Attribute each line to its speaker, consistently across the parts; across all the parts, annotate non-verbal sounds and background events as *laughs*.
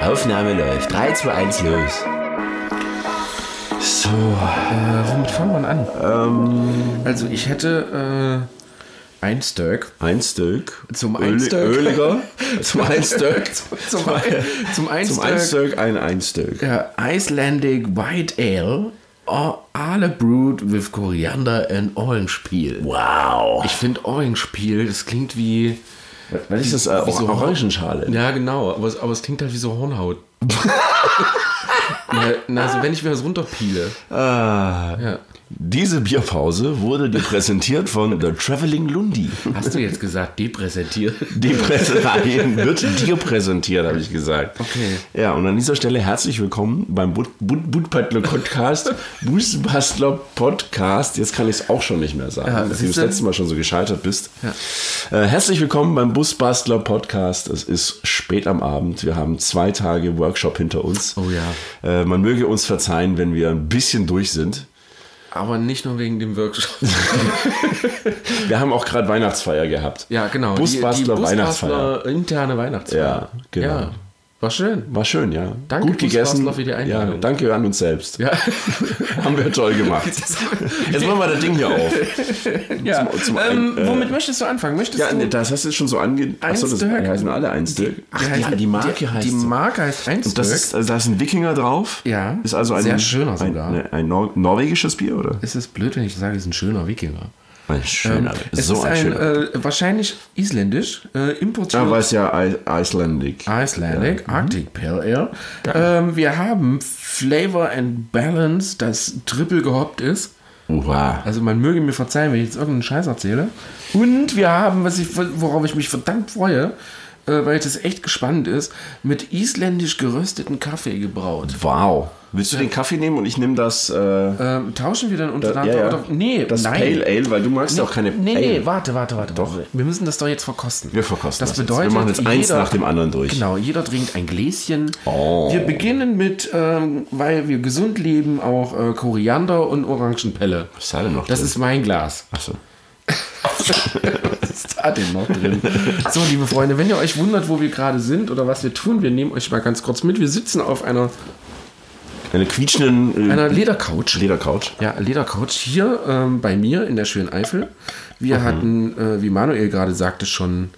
Speaker 1: Aufnahme läuft. 3, 2, 1, los.
Speaker 2: So, äh, womit fangen wir an? also ich hätte äh, ein Stück.
Speaker 1: Ein Stück.
Speaker 2: Zum
Speaker 1: Öli-
Speaker 2: Einstück. *laughs*
Speaker 1: Öliger. *laughs* Zum Einstück.
Speaker 2: Zum, ein, zum
Speaker 1: Zum
Speaker 2: Einstück.
Speaker 1: Einstück ein Einstück.
Speaker 2: äh, Icelandic White Ale. or Ale brewed with Coriander and Orange Peel.
Speaker 1: Wow.
Speaker 2: Ich finde Orange Peel, das klingt wie...
Speaker 1: Was ist das? Äh,
Speaker 2: Wieso?
Speaker 1: Or- Orangenschale.
Speaker 2: Ja, genau, aber es, aber es klingt halt wie
Speaker 1: *laughs*
Speaker 2: so Hornhaut. na, na, also wenn ich mir das runterpiele.
Speaker 1: Ah,
Speaker 2: Ja.
Speaker 1: diese Bierpause wurde
Speaker 2: *laughs*
Speaker 1: dir präsentiert von The Traveling Lundi.
Speaker 2: Hast du jetzt gesagt, depräsentiert?
Speaker 1: *laughs* Die Presse
Speaker 2: *laughs*
Speaker 1: rein wird dir präsentiert, habe ich gesagt.
Speaker 2: Okay.
Speaker 1: Ja, und an dieser Stelle herzlich willkommen beim Budpaddler
Speaker 2: *laughs*
Speaker 1: Podcast, Busenbastler Podcast. Jetzt kann ich es auch schon nicht mehr sagen,
Speaker 2: Ja,
Speaker 1: weil du das
Speaker 2: siehste?
Speaker 1: letzte Mal schon so gescheitert bist. Äh, herzlich willkommen beim Busbastler Podcast. Es ist spät am Abend. Wir haben zwei Tage Workshop hinter uns.
Speaker 2: Oh ja.
Speaker 1: Äh, man möge uns verzeihen, wenn wir ein bisschen durch sind.
Speaker 2: Aber nicht nur wegen dem Workshop. *laughs*
Speaker 1: Wir haben auch gerade Weihnachtsfeier gehabt.
Speaker 2: Ja, genau. die-
Speaker 1: Busbastler
Speaker 2: die
Speaker 1: Weihnachtsfeier.
Speaker 2: Busbastler Interne Weihnachtsfeier.
Speaker 1: Ja, genau.
Speaker 2: War schön.
Speaker 1: War schön, ja.
Speaker 2: Danke,
Speaker 1: Gut gegessen.
Speaker 2: Busbastler, für die Einladung.
Speaker 1: Ja, danke an uns selbst.
Speaker 2: Ja.
Speaker 1: *laughs* Haben wir toll gemacht. *laughs*
Speaker 2: *laughs*
Speaker 1: Jetzt machen wir das Ding hier auf.
Speaker 2: ja.
Speaker 1: Zum- zum
Speaker 2: ähm,
Speaker 1: einen, äh,
Speaker 2: womit möchtest du anfangen? Möchtest
Speaker 1: Ja,
Speaker 2: du.
Speaker 1: nee, das hast du jetzt schon so ange... Achso, das die
Speaker 2: Einstöck.
Speaker 1: heißen alle Einstöck.
Speaker 2: Der heißt- der- Die
Speaker 1: so.
Speaker 2: Marke heißt Einstück.
Speaker 1: Das ist, also da ist ein Wikinger drauf.
Speaker 2: Ja,
Speaker 1: Ist also ein,
Speaker 2: sehr schöner
Speaker 1: ein,
Speaker 2: sogar.
Speaker 1: ne, ein Nor norwegisches Bier, oder?
Speaker 2: es ist blöd, wenn ich sage, es ist ein schöner Wikinger.
Speaker 1: Ein schöner.
Speaker 2: Ähm, es
Speaker 1: also so
Speaker 2: ist
Speaker 1: ein,
Speaker 2: ein,
Speaker 1: schöner. Ah,
Speaker 2: äh, wahrscheinlich isländisch, äh, importiert.
Speaker 1: ja, weil es ja I Icelandic.
Speaker 2: Ah. Icelandic,
Speaker 1: mhm.
Speaker 2: Arctic Pale Ale. Ähm, wir haben Flavor and Balance, das triple gehoppt ist.
Speaker 1: Uha.
Speaker 2: Also man möge mir verzeihen, wenn ich jetzt irgendeinen Scheiß erzähle. Und wir haben, was ich, worauf ich mich verdammt freue, äh, weil das echt gespannt ist, mit isländisch gerösteten Kaffee gebraut.
Speaker 1: Wow. Willst du den Kaffee nehmen und ich nehme das, äh,
Speaker 2: Ähm, tauschen wir dann untereinander?
Speaker 1: ja, ja.
Speaker 2: Oder, nee,
Speaker 1: das
Speaker 2: nein.
Speaker 1: Pale Ale, weil du magst ja auch keine
Speaker 2: Nee,
Speaker 1: Ale.
Speaker 2: nee, warte, warte, warte. Doch. Wir müssen das doch jetzt verkosten.
Speaker 1: Wir verkosten
Speaker 2: das.
Speaker 1: das jetzt.
Speaker 2: bedeutet,
Speaker 1: Wir machen jetzt eins nach dem anderen durch.
Speaker 2: Genau, jeder trinkt ein Gläschen.
Speaker 1: Oh.
Speaker 2: Wir beginnen mit, ähm, weil wir gesund leben, auch äh, Koriander und Orangenpelle.
Speaker 1: Was ist da denn noch
Speaker 2: Das
Speaker 1: drin?
Speaker 2: ist mein Glas.
Speaker 1: Achso.
Speaker 2: Was ist da denn noch drin? So, liebe Freunde, wenn ihr euch wundert, wo wir gerade sind oder was wir tun, wir nehmen euch mal ganz kurz mit. Wir sitzen auf einer,
Speaker 1: Eine quietschenden äh,
Speaker 2: einer Ledercouch.
Speaker 1: Ledercouch.
Speaker 2: Ja, Ledercouch hier ähm, bei mir in der schönen Eifel. Wir hatten, äh, wie Manuel gerade sagte, schon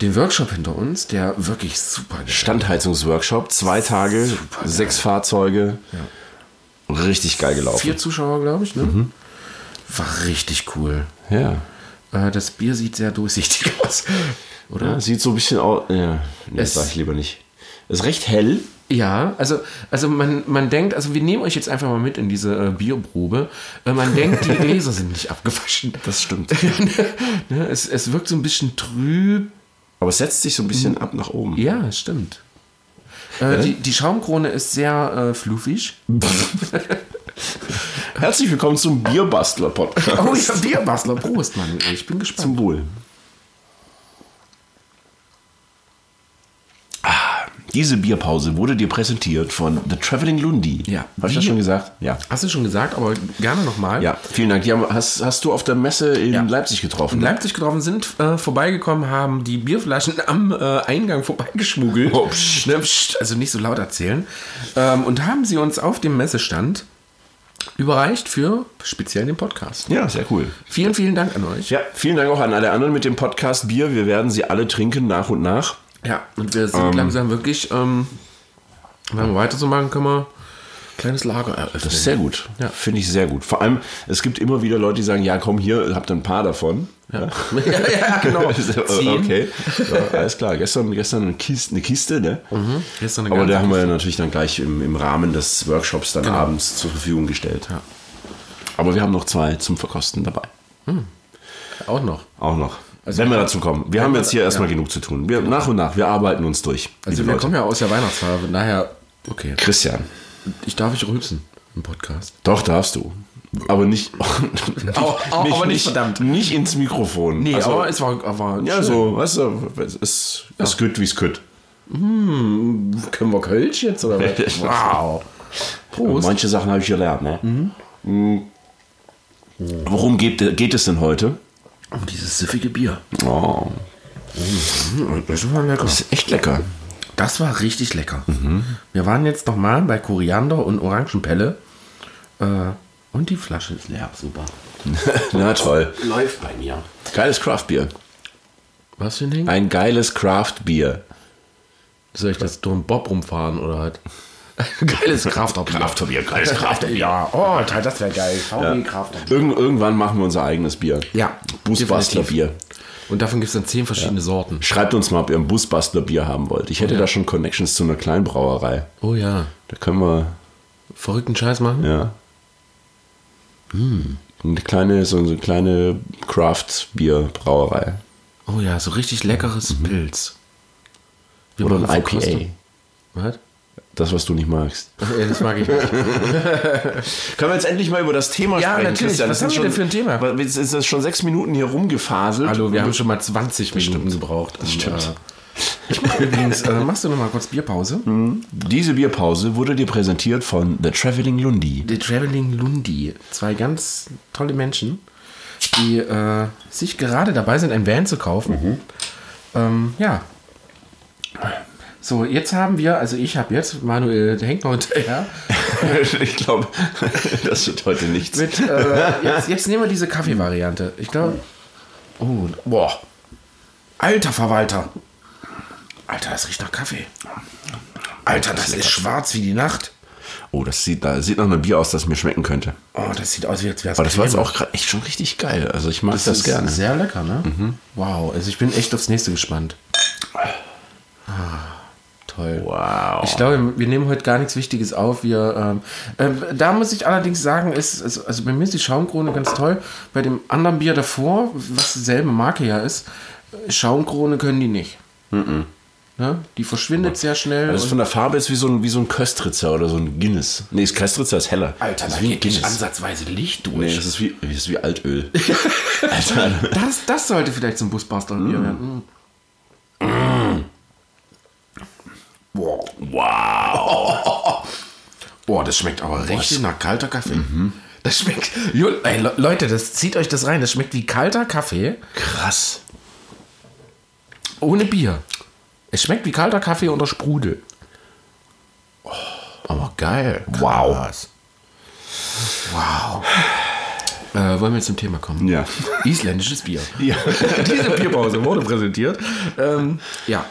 Speaker 2: den Workshop hinter uns, der wirklich super ist.
Speaker 1: Standheizungsworkshop, zwei Tage, sechs Fahrzeuge. Richtig geil gelaufen.
Speaker 2: Vier Zuschauer, glaube ich, ne? War richtig cool.
Speaker 1: Ja.
Speaker 2: Äh, das Bier sieht sehr durchsichtig *laughs* aus. Oder?
Speaker 1: ja. Sieht so ein bisschen aus. Ja, nee, das
Speaker 2: Es-
Speaker 1: sag ich lieber nicht. Ist recht hell.
Speaker 2: Ja, also, also man, man denkt, also wir nehmen euch jetzt einfach mal mit in diese äh, Bierprobe. Äh, man
Speaker 1: *laughs*
Speaker 2: denkt, die Gläser sind nicht abgewaschen.
Speaker 1: Das stimmt.
Speaker 2: *laughs* ne? es, es wirkt so ein bisschen trüb.
Speaker 1: Aber es setzt sich so ein bisschen ab nach oben.
Speaker 2: Mhm. Ja, es stimmt. Äh, die, die Schaumkrone ist sehr äh, fluffig.
Speaker 1: Herzlich willkommen zum Bierbastler-Podcast.
Speaker 2: Oh, ja, Bierbastler, Prost, Mann. Ich bin gespannt.
Speaker 1: Zum Wohl. Ah, Diese Bierpause wurde dir präsentiert von The Traveling Lundi.
Speaker 2: Ja.
Speaker 1: Habe ich das
Speaker 2: Wie-
Speaker 1: schon gesagt? Ja.
Speaker 2: Hast du schon gesagt, aber gerne nochmal.
Speaker 1: Ja, vielen Dank. Die haben, hast, hast du auf der Messe in
Speaker 2: Ja.
Speaker 1: Leipzig getroffen?
Speaker 2: In Leipzig getroffen sind, äh, vorbeigekommen haben, die Bierflaschen am äh, Eingang vorbeigeschmuggelt.
Speaker 1: Oh, psst.
Speaker 2: Ne, psst, also nicht so laut erzählen. Ähm, und haben sie uns auf dem Messestand überreicht für speziell den Podcast.
Speaker 1: Ja, sehr cool.
Speaker 2: Vielen, vielen Dank an euch.
Speaker 1: Ja, vielen Dank auch an alle anderen mit dem Podcast Bier. Wir werden sie alle trinken nach und nach.
Speaker 2: Ja, und wir sind langsam wirklich, ähm, wenn wir weiter so machen, können wir ein kleines Lager eröffnen.
Speaker 1: Sehr gut.
Speaker 2: Ja.
Speaker 1: Finde ich sehr gut. Vor allem, es gibt immer wieder Leute, die sagen, ja, komm hier, habt ein paar davon. Ja.
Speaker 2: *laughs* ja, ja, genau.
Speaker 1: *laughs* So,
Speaker 2: Zehn.
Speaker 1: okay. Ja, alles klar. Gestern, gestern eine Kiste, eine Kiste ne?
Speaker 2: Mhm. Gestern eine
Speaker 1: Aber
Speaker 2: ganze Genau.
Speaker 1: der haben wir ja natürlich dann gleich im, im Rahmen des Workshops dann abends zur Verfügung gestellt.
Speaker 2: Ja.
Speaker 1: Aber wir haben noch zwei zum Verkosten dabei.
Speaker 2: Auch noch.
Speaker 1: Auch noch.
Speaker 2: Also
Speaker 1: wenn wir dazu kommen. Wir haben jetzt hier erstmal genug zu tun. Wir, Nach und nach, wir arbeiten uns durch.
Speaker 2: Genau. Also
Speaker 1: liebe
Speaker 2: wir
Speaker 1: Leute.
Speaker 2: kommen ja aus der Weihnachtsfeier, von daher, okay.
Speaker 1: Christian,
Speaker 2: Ich darf ich rülpsen im Podcast.
Speaker 1: doch darfst du. Aber nicht, *laughs*
Speaker 2: Au- au- aber nicht verdammt.
Speaker 1: Nicht ins Mikrofon.
Speaker 2: Nee,
Speaker 1: Also,
Speaker 2: aber es war, war
Speaker 1: ja,
Speaker 2: schön.
Speaker 1: so, weißt du, es ist, ist gut, wie es gut.
Speaker 2: Können wir Kölsch jetzt oder *laughs* was? wow. Prost.
Speaker 1: Manche Sachen habe ich gelernt, ne? Mhm. Worum geht, geht es denn heute?
Speaker 2: Und dieses süffige Bier.
Speaker 1: Oh,
Speaker 2: Mhm, Das war lecker. *laughs* Mhm.
Speaker 1: ist echt lecker.
Speaker 2: Das war richtig lecker. Wir waren jetzt nochmal bei Koriander und Orangenpelle. Äh, und die Flasche ist leer.
Speaker 3: Super.
Speaker 1: Na toll.
Speaker 3: Läuft bei mir.
Speaker 1: Geiles Craftbier.
Speaker 2: Was für ein Ding?
Speaker 1: Ein geiles Craftbier.
Speaker 2: Soll ich das durch den Bob rumfahren oder halt? *laughs* Geiles Kraftabier.
Speaker 1: *laughs*
Speaker 2: Kraftabier, geiles Kraftabier. *laughs* Ja, oh, das wäre geil. VW Kraftabier.
Speaker 1: Irgend, irgendwann machen wir unser eigenes Bier.
Speaker 2: Ja, definitiv.
Speaker 1: Busbastlerbier.
Speaker 2: Und davon gibt es dann zehn verschiedene Sorten.
Speaker 1: Schreibt uns mal, ob ihr ein Busbastlerbier haben wollt. Ich hätte da schon Connections zu einer Kleinbrauerei.
Speaker 2: Oh ja,
Speaker 1: Da können wir,
Speaker 2: verrückten Scheiß machen.
Speaker 1: ja.
Speaker 2: Hm.
Speaker 1: Eine kleine, so eine kleine Craft-Bier-Brauerei.
Speaker 2: Oh ja, so richtig leckeres Pilz. Wir
Speaker 1: Mhm. Oder
Speaker 2: machen
Speaker 1: ein
Speaker 2: Verkostung.
Speaker 1: IPA.
Speaker 2: Was?
Speaker 1: Das, was du nicht magst.
Speaker 2: Ja, das mag
Speaker 1: *laughs*
Speaker 2: ich nicht.
Speaker 1: Können wir jetzt endlich mal über das Thema
Speaker 2: Ja,
Speaker 1: sprechen?
Speaker 2: natürlich.
Speaker 1: Christian?
Speaker 2: Was haben wir denn für ein Thema?
Speaker 1: Wa- Jetzt ist das schon sechs Minuten hier rumgefaselt.
Speaker 2: Hallo, wir haben schon mal 20 Minuten gebraucht. Das
Speaker 1: stimmt.
Speaker 2: ich mach übrigens, äh, machst du noch mal kurz Bierpause?
Speaker 1: Mhm. Diese Bierpause wurde dir präsentiert von The Traveling
Speaker 2: *laughs*
Speaker 1: Lundi.
Speaker 2: The Traveling Lundi. Zwei ganz tolle Menschen, die äh, sich gerade dabei sind, ein Van zu kaufen.
Speaker 1: Mhm.
Speaker 2: Ähm, ja. So, jetzt haben wir, also ich habe jetzt, Manuel der hängt noch hinterher,
Speaker 1: ich glaube, das wird heute nichts.
Speaker 2: mit, äh, jetzt, jetzt nehmen wir diese Kaffeevariante. Ich glaube, oh, boah. Alter Verwalter. Alter, das riecht nach Kaffee. Alter, das ist schwarz wie die Nacht.
Speaker 1: Oh, das sieht, da sieht nach einem Bier aus, das mir schmecken könnte.
Speaker 2: Oh, das sieht aus, wie als wäre es
Speaker 1: Aber das war jetzt auch gerade echt schon richtig geil. Also ich mag das,
Speaker 2: ist
Speaker 1: gerne. Mhm.
Speaker 2: Sehr lecker, ne? Wow, also ich bin echt aufs nächste gespannt. Ah, Toll.
Speaker 1: Wow.
Speaker 2: Ich glaube, wir nehmen heute gar nichts Wichtiges auf. Wir, ähm, äh, da muss ich allerdings sagen, ist, ist, also bei mir ist die Schaumkrone ganz toll. Bei dem anderen Bier davor, was dieselbe Marke ja ist, äh, Schaumkrone können die nicht.
Speaker 1: Mhm.
Speaker 2: Ne? Die verschwindet sehr schnell.
Speaker 1: das ist
Speaker 2: und-
Speaker 1: von der Farbe ist wie so ein, wie so ein Köstritzer oder so ein Guinness. Nee, ist Köstritzer ist heller. das ist wie ein Guinness.
Speaker 2: ansatzweise Licht
Speaker 1: Nee, das ist wie, das ist wie
Speaker 2: *laughs*
Speaker 1: Altöl. Alter.
Speaker 2: Das, das sollte vielleicht zum Busbastelbier werden. Mm. Wow. Boah, das Mhm. schmeckt aber richtig nach kalter Kaffee. Das schmeckt. Jo, ey, Le- Leute, das zieht euch das rein. Das schmeckt wie kalter Kaffee
Speaker 1: Krass.
Speaker 2: ohne Bier. Es schmeckt wie kalter Kaffee unter Sprudel. Oh, aber geil. Wow. Wow. Äh, wollen wir zum Thema kommen?
Speaker 1: Ja.
Speaker 2: Isländisches Bier.
Speaker 1: Ja.
Speaker 2: *laughs* Diese Bierpause wurde präsentiert. Ähm, ja.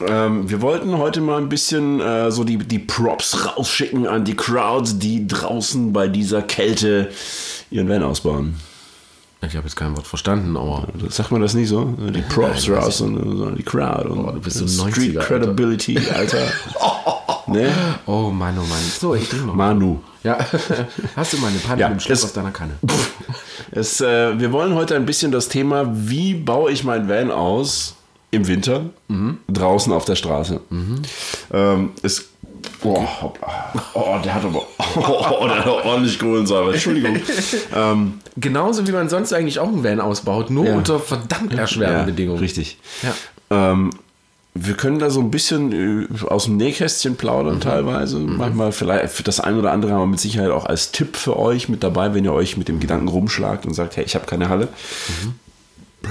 Speaker 1: Ähm, wir wollten heute mal ein bisschen äh, so die, die Props rausschicken an die Crowds, die draußen bei dieser Kälte ihren Van ausbauen. Also,
Speaker 2: Ich habe jetzt kein Wort verstanden, aber
Speaker 1: Sagt man das nicht so? Die Props raus und, und die Crowd und
Speaker 2: du bist so ein 90er,
Speaker 1: Street
Speaker 2: Alter.
Speaker 1: Credibility,
Speaker 2: *laughs*
Speaker 1: Alter. ne?
Speaker 2: oh Mann, oh Mann. So, ich trinke noch.
Speaker 1: Manu.
Speaker 2: Ja, *laughs* hast du mal eine Panne
Speaker 1: Ja,
Speaker 2: mit dem Schluck
Speaker 1: es-
Speaker 2: aus deiner Kanne?
Speaker 1: Es, äh, wir wollen heute ein bisschen das Thema, wie baue ich mein Van aus im Winter, draußen auf der Straße. Ähm, es, oh, hopp. *laughs* oh, der hat aber oh, der hat aber ordentlich Kohlensäure. Entschuldigung. ähm,
Speaker 2: *laughs* Genauso wie man sonst eigentlich auch einen Van ausbaut, nur
Speaker 1: Ja.
Speaker 2: unter verdammt erschwerenden
Speaker 1: ja,
Speaker 2: Bedingungen.
Speaker 1: Richtig.
Speaker 2: Ja.
Speaker 1: Ähm, wir können da so ein bisschen äh, aus dem Nähkästchen plaudern teilweise. Manchmal vielleicht für das ein oder andere haben wir mit Sicherheit auch als Tipp für euch mit dabei, wenn ihr euch mit dem Gedanken rumschlagt und sagt, hey, ich habe keine Halle.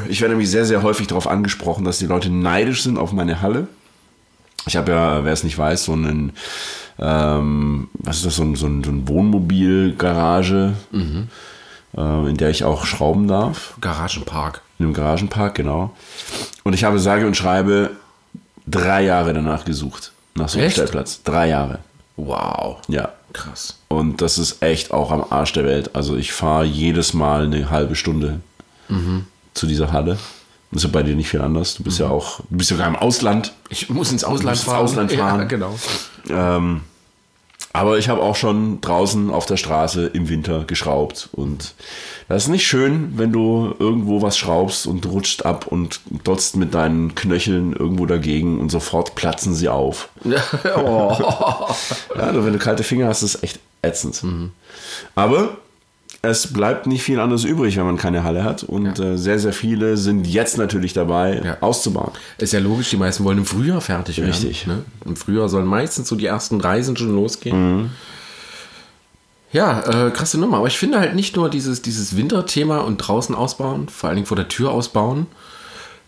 Speaker 1: Ich werde nämlich sehr, sehr häufig darauf angesprochen, dass die Leute neidisch sind auf meine Halle. Ich habe ja, wer es nicht weiß, so einen, ähm, was ist das, so ein, so ein, so ein Wohnmobilgarage, äh, in der ich auch schrauben darf.
Speaker 2: Garagenpark.
Speaker 1: In einem Garagenpark, genau. Und ich habe sage und schreibe drei Jahre danach gesucht. Nach so einem
Speaker 2: Echt?
Speaker 1: Stellplatz. Drei Jahre.
Speaker 2: Wow.
Speaker 1: Ja.
Speaker 2: Krass.
Speaker 1: Und das ist echt auch am Arsch der Welt. Also ich fahre jedes Mal eine halbe Stunde zu dieser Halle. Das ist ja bei dir nicht viel anders. Du bist ja auch, du bist sogar im Ausland.
Speaker 2: Ich muss ins Ausland
Speaker 1: musst ins
Speaker 2: fahren.
Speaker 1: Ausland fahren.
Speaker 2: Ja, genau.
Speaker 1: Ähm, aber ich habe auch schon draußen auf der Straße im Winter geschraubt. Und das ist nicht schön, wenn du irgendwo was schraubst und rutscht ab und dotzt mit deinen Knöcheln irgendwo dagegen und sofort platzen sie auf.
Speaker 2: *laughs* oh.
Speaker 1: *laughs* Ja, also wenn du kalte Finger hast, ist es echt ätzend. Aber es bleibt nicht viel anderes übrig, wenn man keine Halle hat. Und äh, sehr, sehr viele sind jetzt natürlich dabei,
Speaker 2: Ja.
Speaker 1: auszubauen.
Speaker 2: Ist ja logisch, die meisten wollen im Frühjahr fertig werden.
Speaker 1: Richtig.
Speaker 2: Ne? Im Frühjahr sollen meistens so die ersten Reisen schon losgehen. Ja, äh, krasse Nummer. Aber ich finde halt nicht nur dieses, dieses Winterthema und draußen ausbauen, vor allen Dingen vor der Tür ausbauen,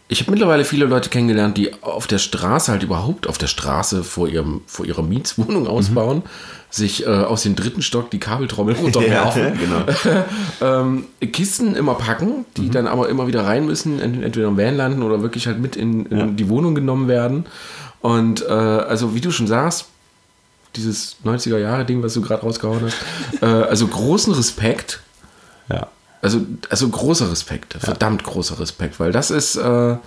Speaker 2: Ich habe mittlerweile viele Leute kennengelernt, die auf der Straße, halt überhaupt auf der Straße vor, ihrem, vor ihrer
Speaker 1: Mhm.
Speaker 2: Mietswohnung ausbauen, sich äh, aus dem dritten Stock die Kabeltrommel
Speaker 1: *laughs*
Speaker 2: runterwerfen,
Speaker 1: genau.
Speaker 2: ähm, Kisten immer packen, die dann aber immer wieder rein müssen, ent entweder im Van landen oder wirklich halt mit in, in die Wohnung genommen werden. Und äh, also wie du schon sagst, dieses 90er-Jahre-Ding, was du gerade rausgehauen hast, äh, also großen Respekt
Speaker 1: Ja.
Speaker 2: also, also großer Respekt, verdammt großer Respekt, weil das ist, äh, also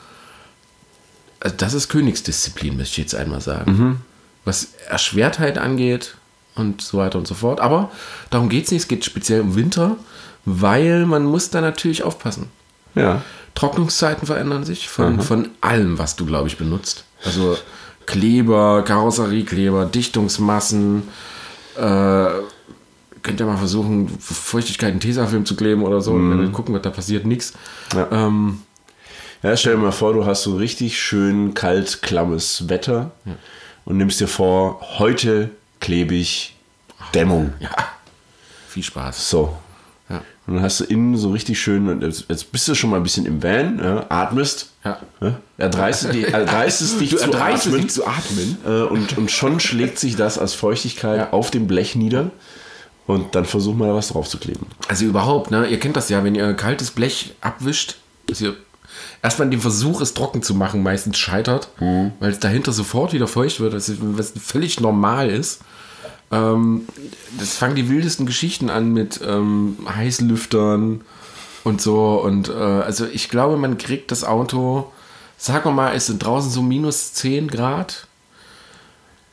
Speaker 2: das ist Königsdisziplin, möchte ich jetzt einmal sagen. Was Erschwertheit angeht und so weiter und so fort. Aber darum geht es nicht, es geht speziell um Winter, weil man muss da natürlich aufpassen.
Speaker 1: Ja.
Speaker 2: Trocknungszeiten verändern sich von,
Speaker 1: Mhm.
Speaker 2: von allem, was du, glaube ich, benutzt. Also Kleber, Karosseriekleber, Dichtungsmassen. Äh, könnt ihr mal versuchen, Feuchtigkeit in Tesafilm zu kleben oder so.
Speaker 1: Mhm.
Speaker 2: Und dann gucken, was da passiert. Nix.
Speaker 1: Ja.
Speaker 2: Ähm,
Speaker 1: Ja, stell dir mal vor, du hast so richtig schön kalt, klammes Wetter und nimmst dir vor, heute klebe ich Dämmung.
Speaker 2: ja, viel Spaß.
Speaker 1: So.
Speaker 2: Ja.
Speaker 1: Und dann hast du innen so richtig schön, und jetzt, jetzt bist du schon mal ein bisschen im Van, ja, atmest,
Speaker 2: Ja.
Speaker 1: ja, erdreistest, dich- erdreistest dich
Speaker 2: Du
Speaker 1: zu
Speaker 2: erdreistest
Speaker 1: atmen.
Speaker 2: dich zu atmen.
Speaker 1: Äh, und, und schon schlägt sich das als Feuchtigkeit
Speaker 2: Ja.
Speaker 1: auf dem Blech nieder. Und dann versuch mal, was draufzukleben.
Speaker 2: Also überhaupt, ne? Ihr kennt das ja, wenn ihr kaltes Blech abwischt, dass ihr erstmal den Versuch, es trocken zu machen, meistens scheitert, weil es dahinter sofort wieder feucht wird, was, was völlig normal ist. Ähm, das fangen die wildesten Geschichten an mit ähm, Heißlüftern und so. Und äh, also ich glaube, man kriegt das Auto, sagen wir mal, es sind draußen so minus 10 Grad.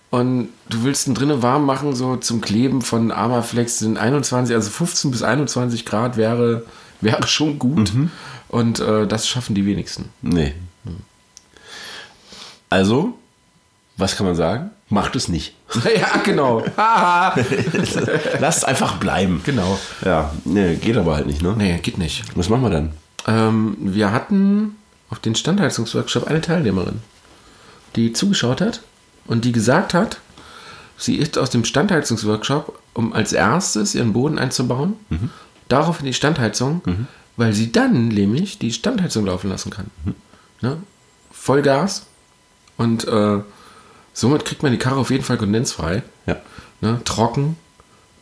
Speaker 2: Und du willst ihn drinnen warm machen, so zum Kleben von Armaflex sind 21, also 15 bis 21 Grad wäre, wäre schon gut. Und äh, das schaffen die wenigsten. *laughs*
Speaker 1: Nee.
Speaker 2: Hm.
Speaker 1: Also, was kann man sagen? Macht es nicht.
Speaker 2: ja, genau. *laughs* Haha.
Speaker 1: Lasst einfach bleiben.
Speaker 2: genau.
Speaker 1: Ja, nee, geht aber halt nicht, ne?
Speaker 2: Nee, geht nicht.
Speaker 1: Was machen wir dann?
Speaker 2: Ähm, wir hatten auf den Standheizungsworkshop eine Teilnehmerin, die zugeschaut hat und die gesagt hat, sie ist aus dem Standheizungsworkshop, um als erstes ihren Boden einzubauen, darauf in die Standheizung, weil sie dann nämlich die Standheizung laufen lassen kann. Ne? Vollgas und äh, somit kriegt man die Karre auf jeden Fall kondensfrei,
Speaker 1: Ja.
Speaker 2: ne? trocken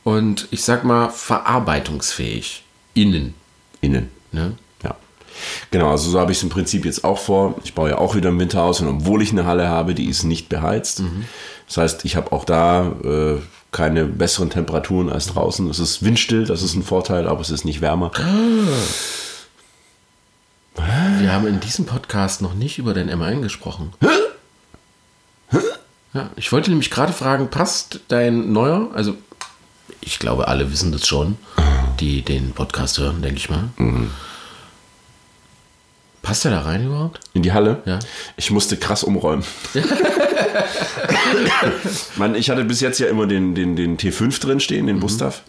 Speaker 2: und ich sag mal verarbeitungsfähig innen.
Speaker 1: Innen.
Speaker 2: Ne?
Speaker 1: Ja. Genau, also so habe ich es im Prinzip jetzt auch vor. Ich baue ja auch wieder im Winter aus und obwohl ich eine Halle habe, die ist nicht beheizt. Das heißt, ich habe auch da äh, keine besseren Temperaturen als draußen. Es ist windstill, das ist ein Vorteil, aber es ist nicht wärmer.
Speaker 2: Wir haben in diesem Podcast noch nicht über dein M1 gesprochen. Ja, ich wollte nämlich gerade fragen, passt dein neuer, also ich glaube, alle wissen das schon,
Speaker 1: Ah.
Speaker 2: die den Podcast hören, denke ich mal.
Speaker 1: Mhm.
Speaker 2: Passt der da rein überhaupt?
Speaker 1: In die Halle?
Speaker 2: Ja.
Speaker 1: Ich musste krass umräumen. Man, ich hatte bis jetzt ja immer den, den, den T5 drin stehen, den Bustav.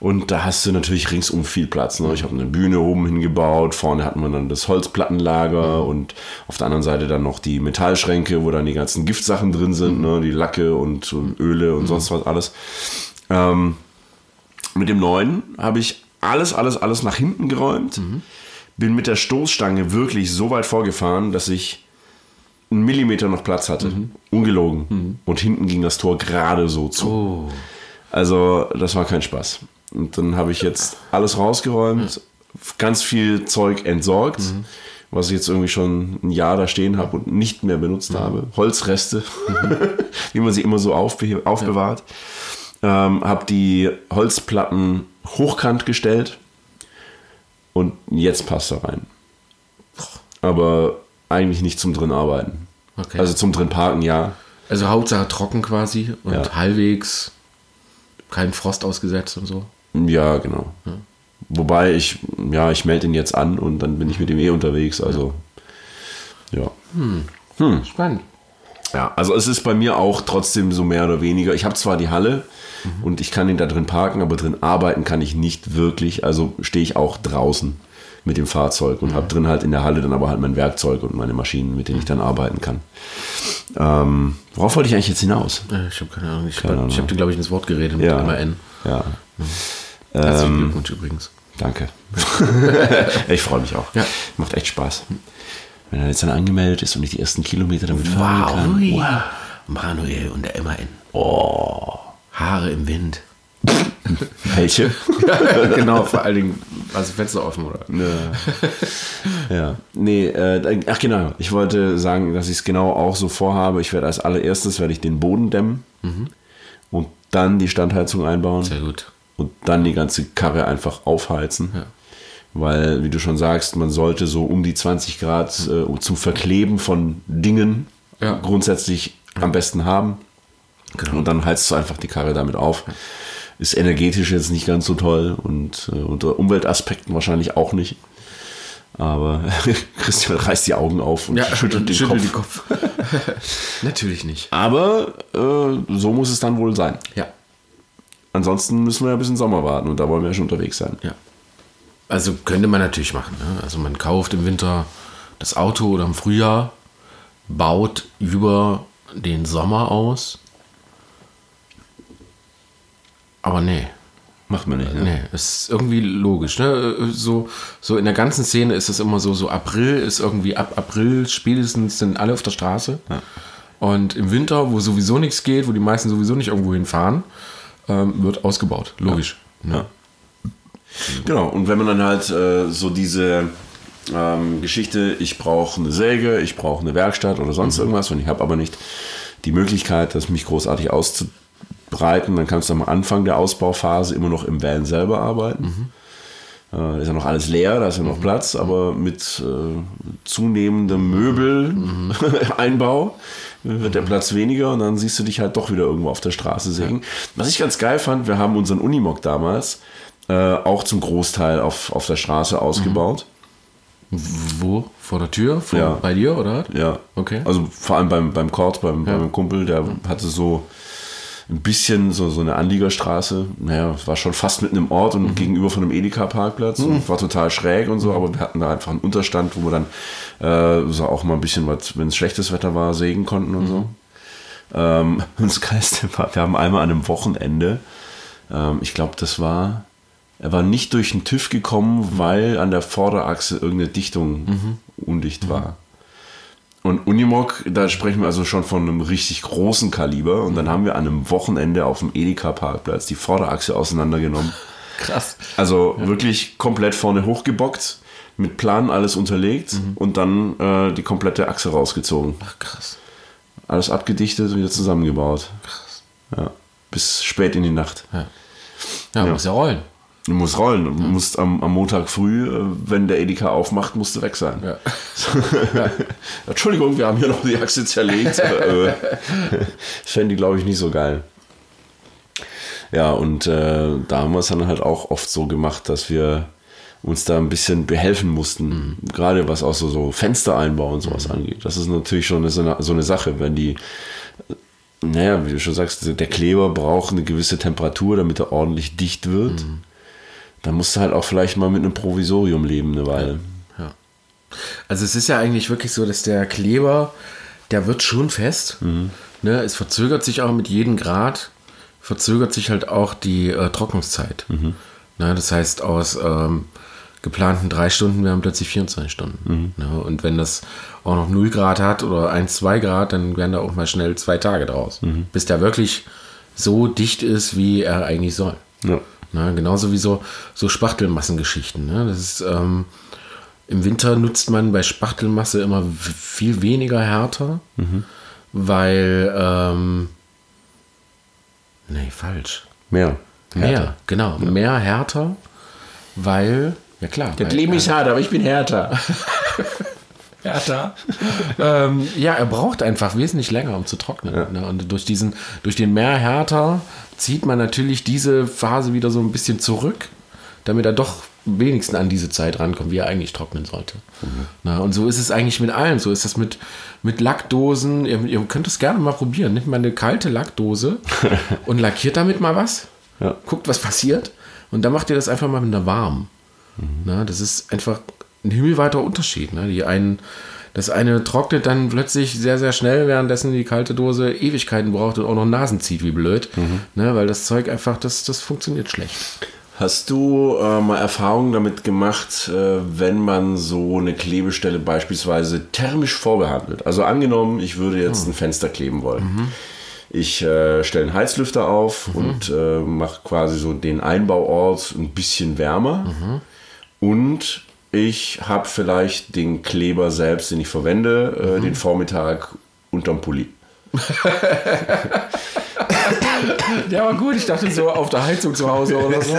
Speaker 1: Und da hast du natürlich ringsum viel Platz. Ne? Ich habe eine Bühne oben hingebaut, vorne hatten wir dann das Holzplattenlager und auf der anderen Seite dann noch die Metallschränke, wo dann die ganzen Giftsachen drin sind, ne? die Lacke und, und Öle und sonst was alles. Ähm, mit dem neuen habe ich alles, alles, alles nach hinten geräumt. Bin mit der Stoßstange wirklich so weit vorgefahren, dass ich einen Millimeter noch Platz hatte. Ungelogen. Und hinten ging das Tor gerade so zu. Also, das war kein Spaß. Und dann habe ich jetzt alles rausgeräumt, ganz viel Zeug entsorgt, was ich jetzt irgendwie schon ein Jahr da stehen habe und nicht mehr benutzt habe. Holzreste, *laughs* wie man sie immer so aufbe aufbewahrt. Ähm, habe die Holzplatten hochkant gestellt und jetzt passt er rein. Aber eigentlich nicht zum drin arbeiten.
Speaker 2: Okay.
Speaker 1: Also zum drin parken, ja.
Speaker 2: Also Hauptsache trocken quasi und
Speaker 1: Ja.
Speaker 2: halbwegs kein Frost ausgesetzt und so.
Speaker 1: Ja, genau. Wobei ich, ja, ich melde ihn jetzt an und dann bin ich mit ihm eh unterwegs. Also, ja. Hm.
Speaker 2: Spannend.
Speaker 1: Ja, also es ist bei mir auch trotzdem so mehr oder weniger. Ich habe zwar die Halle und ich kann ihn da drin parken, aber drin arbeiten kann ich nicht wirklich. Also stehe ich auch draußen mit dem Fahrzeug und
Speaker 2: Mhm.
Speaker 1: habe drin halt in der Halle dann aber halt mein Werkzeug und meine Maschinen, mit denen ich dann arbeiten kann. Ähm, worauf wollte ich eigentlich jetzt hinaus?
Speaker 2: Äh, Ich habe keine Ahnung. Ich,
Speaker 1: Ahnung.
Speaker 2: ich habe dir, glaube ich, ins Wort geredet mit
Speaker 1: Ja. Ähm.
Speaker 2: M1.
Speaker 1: Ja,
Speaker 2: Mhm. Herzlichen Glückwunsch übrigens. *laughs*
Speaker 1: danke. ich freue mich auch.
Speaker 2: Ja.
Speaker 1: Macht echt Spaß. Wenn er jetzt dann angemeldet ist und ich die ersten Kilometer damit fahren
Speaker 3: Wow.
Speaker 1: kann.
Speaker 3: Ui.
Speaker 1: Wow.
Speaker 3: Manuel und der MAN.
Speaker 1: Oh.
Speaker 3: Haare im Wind.
Speaker 1: Welche?
Speaker 2: *laughs* genau, vor allen Dingen, also Fenster offen, oder? *laughs*
Speaker 1: ja. Nee, äh, ach genau. Ich wollte sagen, dass ich es genau auch so vorhabe. Ich werde als allererstes werde ich den Boden dämmen
Speaker 2: Mhm.
Speaker 1: und dann die Standheizung einbauen.
Speaker 3: Sehr gut.
Speaker 1: und dann die ganze Karre einfach aufheizen. Weil, wie du schon sagst, man sollte so um die 20 Grad äh, zum Verkleben von Dingen
Speaker 2: Ja.
Speaker 1: grundsätzlich am besten haben. Und dann heizt du einfach die Karre damit auf. Ist energetisch jetzt nicht ganz so toll und äh, unter Umweltaspekten wahrscheinlich auch nicht. Aber *laughs* Christian reißt die Augen auf und schüttelt den Kopf.
Speaker 2: Kopf. *laughs* Natürlich nicht.
Speaker 1: Aber äh, so muss es dann wohl sein.
Speaker 2: Ja.
Speaker 1: Ansonsten müssen wir ja bis in den Sommer warten und da wollen wir ja schon unterwegs sein.
Speaker 2: Ja. Also könnte man natürlich machen. Ne? Also man kauft im Winter das Auto oder im Frühjahr, baut über den Sommer aus. Aber nee,
Speaker 1: Macht man nicht, ne?
Speaker 2: nee, ist irgendwie logisch. Ne? So, so in der ganzen Szene ist es immer so, so April ist irgendwie ab April spätestens sind alle auf der Straße. Und im Winter, wo sowieso nichts geht, wo die meisten sowieso nicht irgendwo hinfahren, ähm, wird ausgebaut. Logisch. Ne?
Speaker 1: Genau, und wenn man dann halt äh, so diese ähm, Geschichte, ich brauche eine Säge, ich brauche eine Werkstatt oder sonst irgendwas und ich habe aber nicht die Möglichkeit, das mich großartig auszubreiten, dann kannst du am Anfang der Ausbauphase immer noch im Van selber arbeiten. Äh, ist ja noch alles leer, da ist ja noch Platz, aber mit äh, zunehmendem *laughs* Möbel-Einbau wird der Platz weniger und dann siehst du dich halt doch wieder irgendwo auf der Straße sägen. Was ich ganz geil fand, wir haben unseren Unimog damals äh, auch zum Großteil auf, auf der Straße ausgebaut.
Speaker 2: Wo? Vor der Tür? Vor,
Speaker 1: Ja.
Speaker 2: Bei dir, oder?
Speaker 1: Ja.
Speaker 2: Okay.
Speaker 1: Also vor allem beim, beim Kord, beim, bei meinem Kumpel, der hatte so ein bisschen so, so eine Anliegerstraße. Naja, es war schon fast mitten im Ort und gegenüber von einem Edeka-Parkplatz. Und war total schräg und so, aber wir hatten da einfach einen Unterstand, wo wir dann äh, so auch mal ein bisschen was, wenn es schlechtes Wetter war, sägen konnten und so. Ähm, *laughs* und das Geilste war, wir haben einmal an einem Wochenende, ähm, ich glaube, das war, er war nicht durch den TÜV gekommen, weil an der Vorderachse irgendeine Dichtung undicht war. Und Unimog, da sprechen wir also schon von einem richtig großen Kaliber. Und dann haben wir an einem Wochenende auf dem Edeka-Parkplatz die Vorderachse auseinandergenommen.
Speaker 2: Krass.
Speaker 1: Also wirklich komplett vorne hochgebockt, mit Plan alles unterlegt und dann äh, die komplette Achse rausgezogen.
Speaker 2: Ach, krass.
Speaker 1: Alles abgedichtet und wieder zusammengebaut.
Speaker 2: Krass.
Speaker 1: Ja. Bis spät in die Nacht.
Speaker 2: Ja, muss ja rollen.
Speaker 1: Du musst rollen. Du musst am, am Montag früh, äh, wenn der Edeka aufmacht, musst du weg sein. *laughs*
Speaker 2: Ja.
Speaker 1: Entschuldigung, wir haben hier noch die Achse zerlegt. *laughs* Äh, das fände ich, glaube ich, nicht so geil. Ja, und äh, da haben wir es dann halt auch oft so gemacht, dass wir uns da ein bisschen behelfen mussten. Gerade was auch so, so Fenster einbauen und sowas angeht. Das ist natürlich schon so eine, so eine Sache, wenn die, naja, wie du schon sagst, der Kleber braucht eine gewisse Temperatur, damit er ordentlich dicht wird. Dann musst du halt auch vielleicht mal mit einem Provisorium leben eine Weile.
Speaker 2: Also es ist ja eigentlich wirklich so, dass der Kleber, der wird schon fest. Ne, es verzögert sich auch mit jedem Grad, verzögert sich halt auch die äh, Trocknungszeit. Ne, das heißt, aus ähm, geplanten drei Stunden werden plötzlich 24 Stunden. Ne, und wenn das auch noch 0 Grad hat oder 1, 2 Grad, dann werden da auch mal schnell zwei Tage draus. Bis der wirklich so dicht ist, wie er eigentlich soll.
Speaker 1: Ja.
Speaker 2: Ne, genauso wie so, so Spachtelmassengeschichten. Ne? Das ist, ähm, Im Winter nutzt man bei Spachtelmasse immer w- viel weniger härter, weil. Ähm, nee, falsch.
Speaker 1: Mehr.
Speaker 2: Mehr, genau. Mehr härter, weil. Ja, klar. weil-
Speaker 1: mich hart, aber ich bin härter.
Speaker 2: ähm, ja, er braucht einfach wesentlich länger, um zu trocknen. Ne? Und durch diesen, durch den Meerhärter zieht man natürlich diese Phase wieder so ein bisschen zurück, damit er doch wenigstens an diese Zeit rankommt, wie er eigentlich trocknen sollte. Na, und so ist es eigentlich mit allem. So ist das mit, mit Lackdosen. Ihr, ihr könnt es gerne mal probieren. Nimmt mal eine kalte Lackdose und lackiert damit mal was. Guckt, was passiert. Und dann macht ihr das einfach mal mit einer warmen. Na, Ne? das ist einfach ein himmelweiter Unterschied. Ne? Die einen, das eine trocknet dann plötzlich sehr, sehr schnell, währenddessen die kalte Dose Ewigkeiten braucht und auch noch Nasen zieht, wie blöd. Ne? Weil das Zeug einfach, das, das funktioniert schlecht.
Speaker 1: Hast du äh, mal Erfahrungen damit gemacht, äh, wenn man so eine Klebestelle beispielsweise thermisch vorbehandelt? Also angenommen, ich würde jetzt ein Fenster kleben wollen. Ich äh, stelle einen Heizlüfter auf und äh, mache quasi so den Einbauort ein bisschen wärmer. Und ich habe vielleicht den Kleber selbst, den ich verwende, äh, den Vormittag unterm Pulli.
Speaker 2: Ja, aber gut, ich dachte so auf der Heizung zu Hause oder so.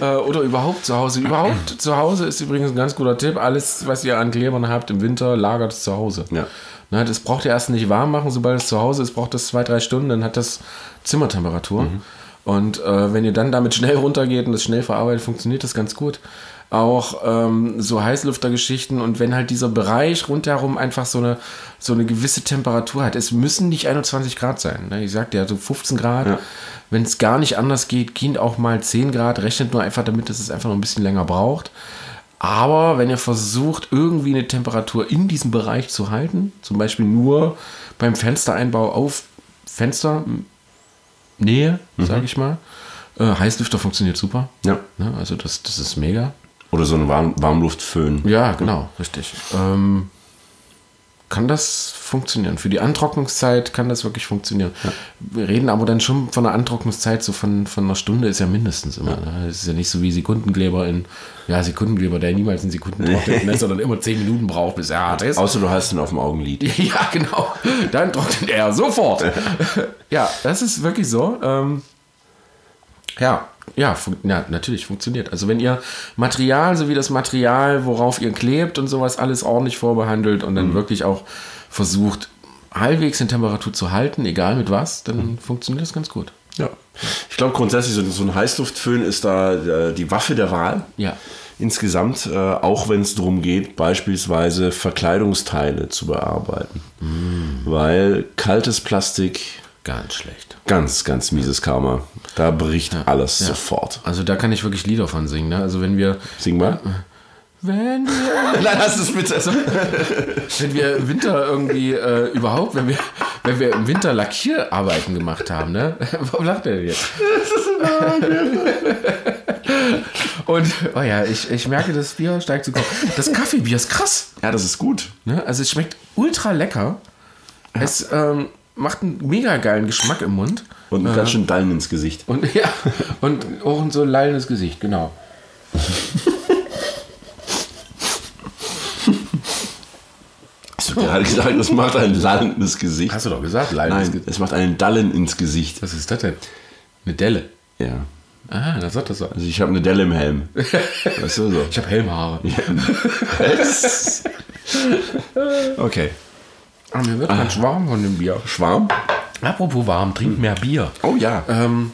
Speaker 2: äh, oder überhaupt zu Hause. Überhaupt zu Hause ist übrigens ein ganz guter Tipp. Alles, was ihr an Klebern habt im Winter, lagert es zu Hause.
Speaker 1: Ja.
Speaker 2: Na, das braucht ihr erst nicht warm machen, sobald es zu Hause ist, braucht das zwei, drei Stunden, dann hat das Zimmertemperatur. Und äh, wenn ihr dann damit schnell runtergeht und das schnell verarbeitet, funktioniert das ganz gut. Auch ähm, so Heißlüftergeschichten und wenn halt dieser Bereich rundherum einfach so eine, so eine gewisse Temperatur hat. Es müssen nicht 21 Grad sein. Ne? Ich sagte ja so 15 Grad. Wenn es gar nicht anders geht, gehen auch mal 10 Grad. Rechnet nur einfach damit, dass es einfach noch ein bisschen länger braucht. Aber wenn ihr versucht, irgendwie eine Temperatur in diesem Bereich zu halten, zum Beispiel nur beim Fenstereinbau auf Fensternähe, sage ich mal, äh, Heißlüfter funktioniert super.
Speaker 1: Ja.
Speaker 2: Ne? Also das, das ist mega.
Speaker 1: Oder so ein Warm Warmluftföhn.
Speaker 2: Ja, genau, richtig. Ähm, kann das funktionieren? Für die Antrocknungszeit kann das wirklich funktionieren. Wir reden aber dann schon von einer Antrocknungszeit, so von, von einer Stunde ist ja mindestens immer. Ne? Es ist ja nicht so wie Sekundenkleber in, ja, Sekundenkleber, der niemals in Sekunden trocknet, ne, sondern immer 10 Minuten braucht, bis er hart ist.
Speaker 1: Außer du hast ihn auf dem Augenlid.
Speaker 2: *laughs* Ja, genau. Dann trocknet er *laughs* sofort. ja, das ist wirklich so. Ähm, ja, ja, fun ja, natürlich funktioniert. Also wenn ihr Material, so wie das Material, worauf ihr klebt und sowas, alles ordentlich vorbehandelt und dann wirklich auch versucht, halbwegs in Temperatur zu halten, egal mit was, dann funktioniert das ganz gut.
Speaker 1: Ja. Ich glaube grundsätzlich, so, so ein Heißluftföhn ist da äh, die Waffe der Wahl.
Speaker 2: Ja.
Speaker 1: Insgesamt, äh, auch wenn es darum geht, beispielsweise Verkleidungsteile zu bearbeiten.
Speaker 2: Mm.
Speaker 1: Weil kaltes Plastik,
Speaker 2: Ganz schlecht.
Speaker 1: ganz, ganz mieses Karma. Da bricht alles sofort.
Speaker 2: Also da kann ich wirklich Lieder von singen. Ne? Also wenn wir,
Speaker 1: Sing mal.
Speaker 2: *laughs* wenn wir
Speaker 1: Nein, lass es bitte.
Speaker 2: also, *laughs* wenn wir im Winter irgendwie äh, überhaupt, wenn wir, wenn wir im Winter Lackierarbeiten gemacht haben, ne? *laughs* Warum lacht er denn jetzt? Und, oh ja, ich, ich merke, das Bier steigt zu Kopf. Das Kaffeebier ist krass.
Speaker 1: Ja, das ist gut.
Speaker 2: Ne? Also es schmeckt ultra lecker. Es ähm, macht einen mega geilen Geschmack im Mund.
Speaker 1: Und einen ganz schön Dallen ins Gesicht.
Speaker 2: Und ja, und auch ein so lallendes Gesicht, genau.
Speaker 1: Hast du gerade gesagt, das macht ein Lallen ins Gesicht.
Speaker 2: du doch gesagt, lallendes
Speaker 1: Nein, es macht einen Dallen ins Gesicht.
Speaker 2: Was ist das denn? Eine Delle.
Speaker 1: Ja.
Speaker 2: Ah, das hat das so.
Speaker 1: Also ich habe eine Delle im
Speaker 2: *laughs*
Speaker 1: Helm. Weißt du so?
Speaker 2: Ich habe Helmhaare.
Speaker 1: Was? okay.
Speaker 2: Ah, mir wird ganz warm von dem Bier. Hm.
Speaker 1: Schwarm?
Speaker 2: Apropos warm, trinkt mehr Bier.
Speaker 1: Oh ja.
Speaker 2: Ähm,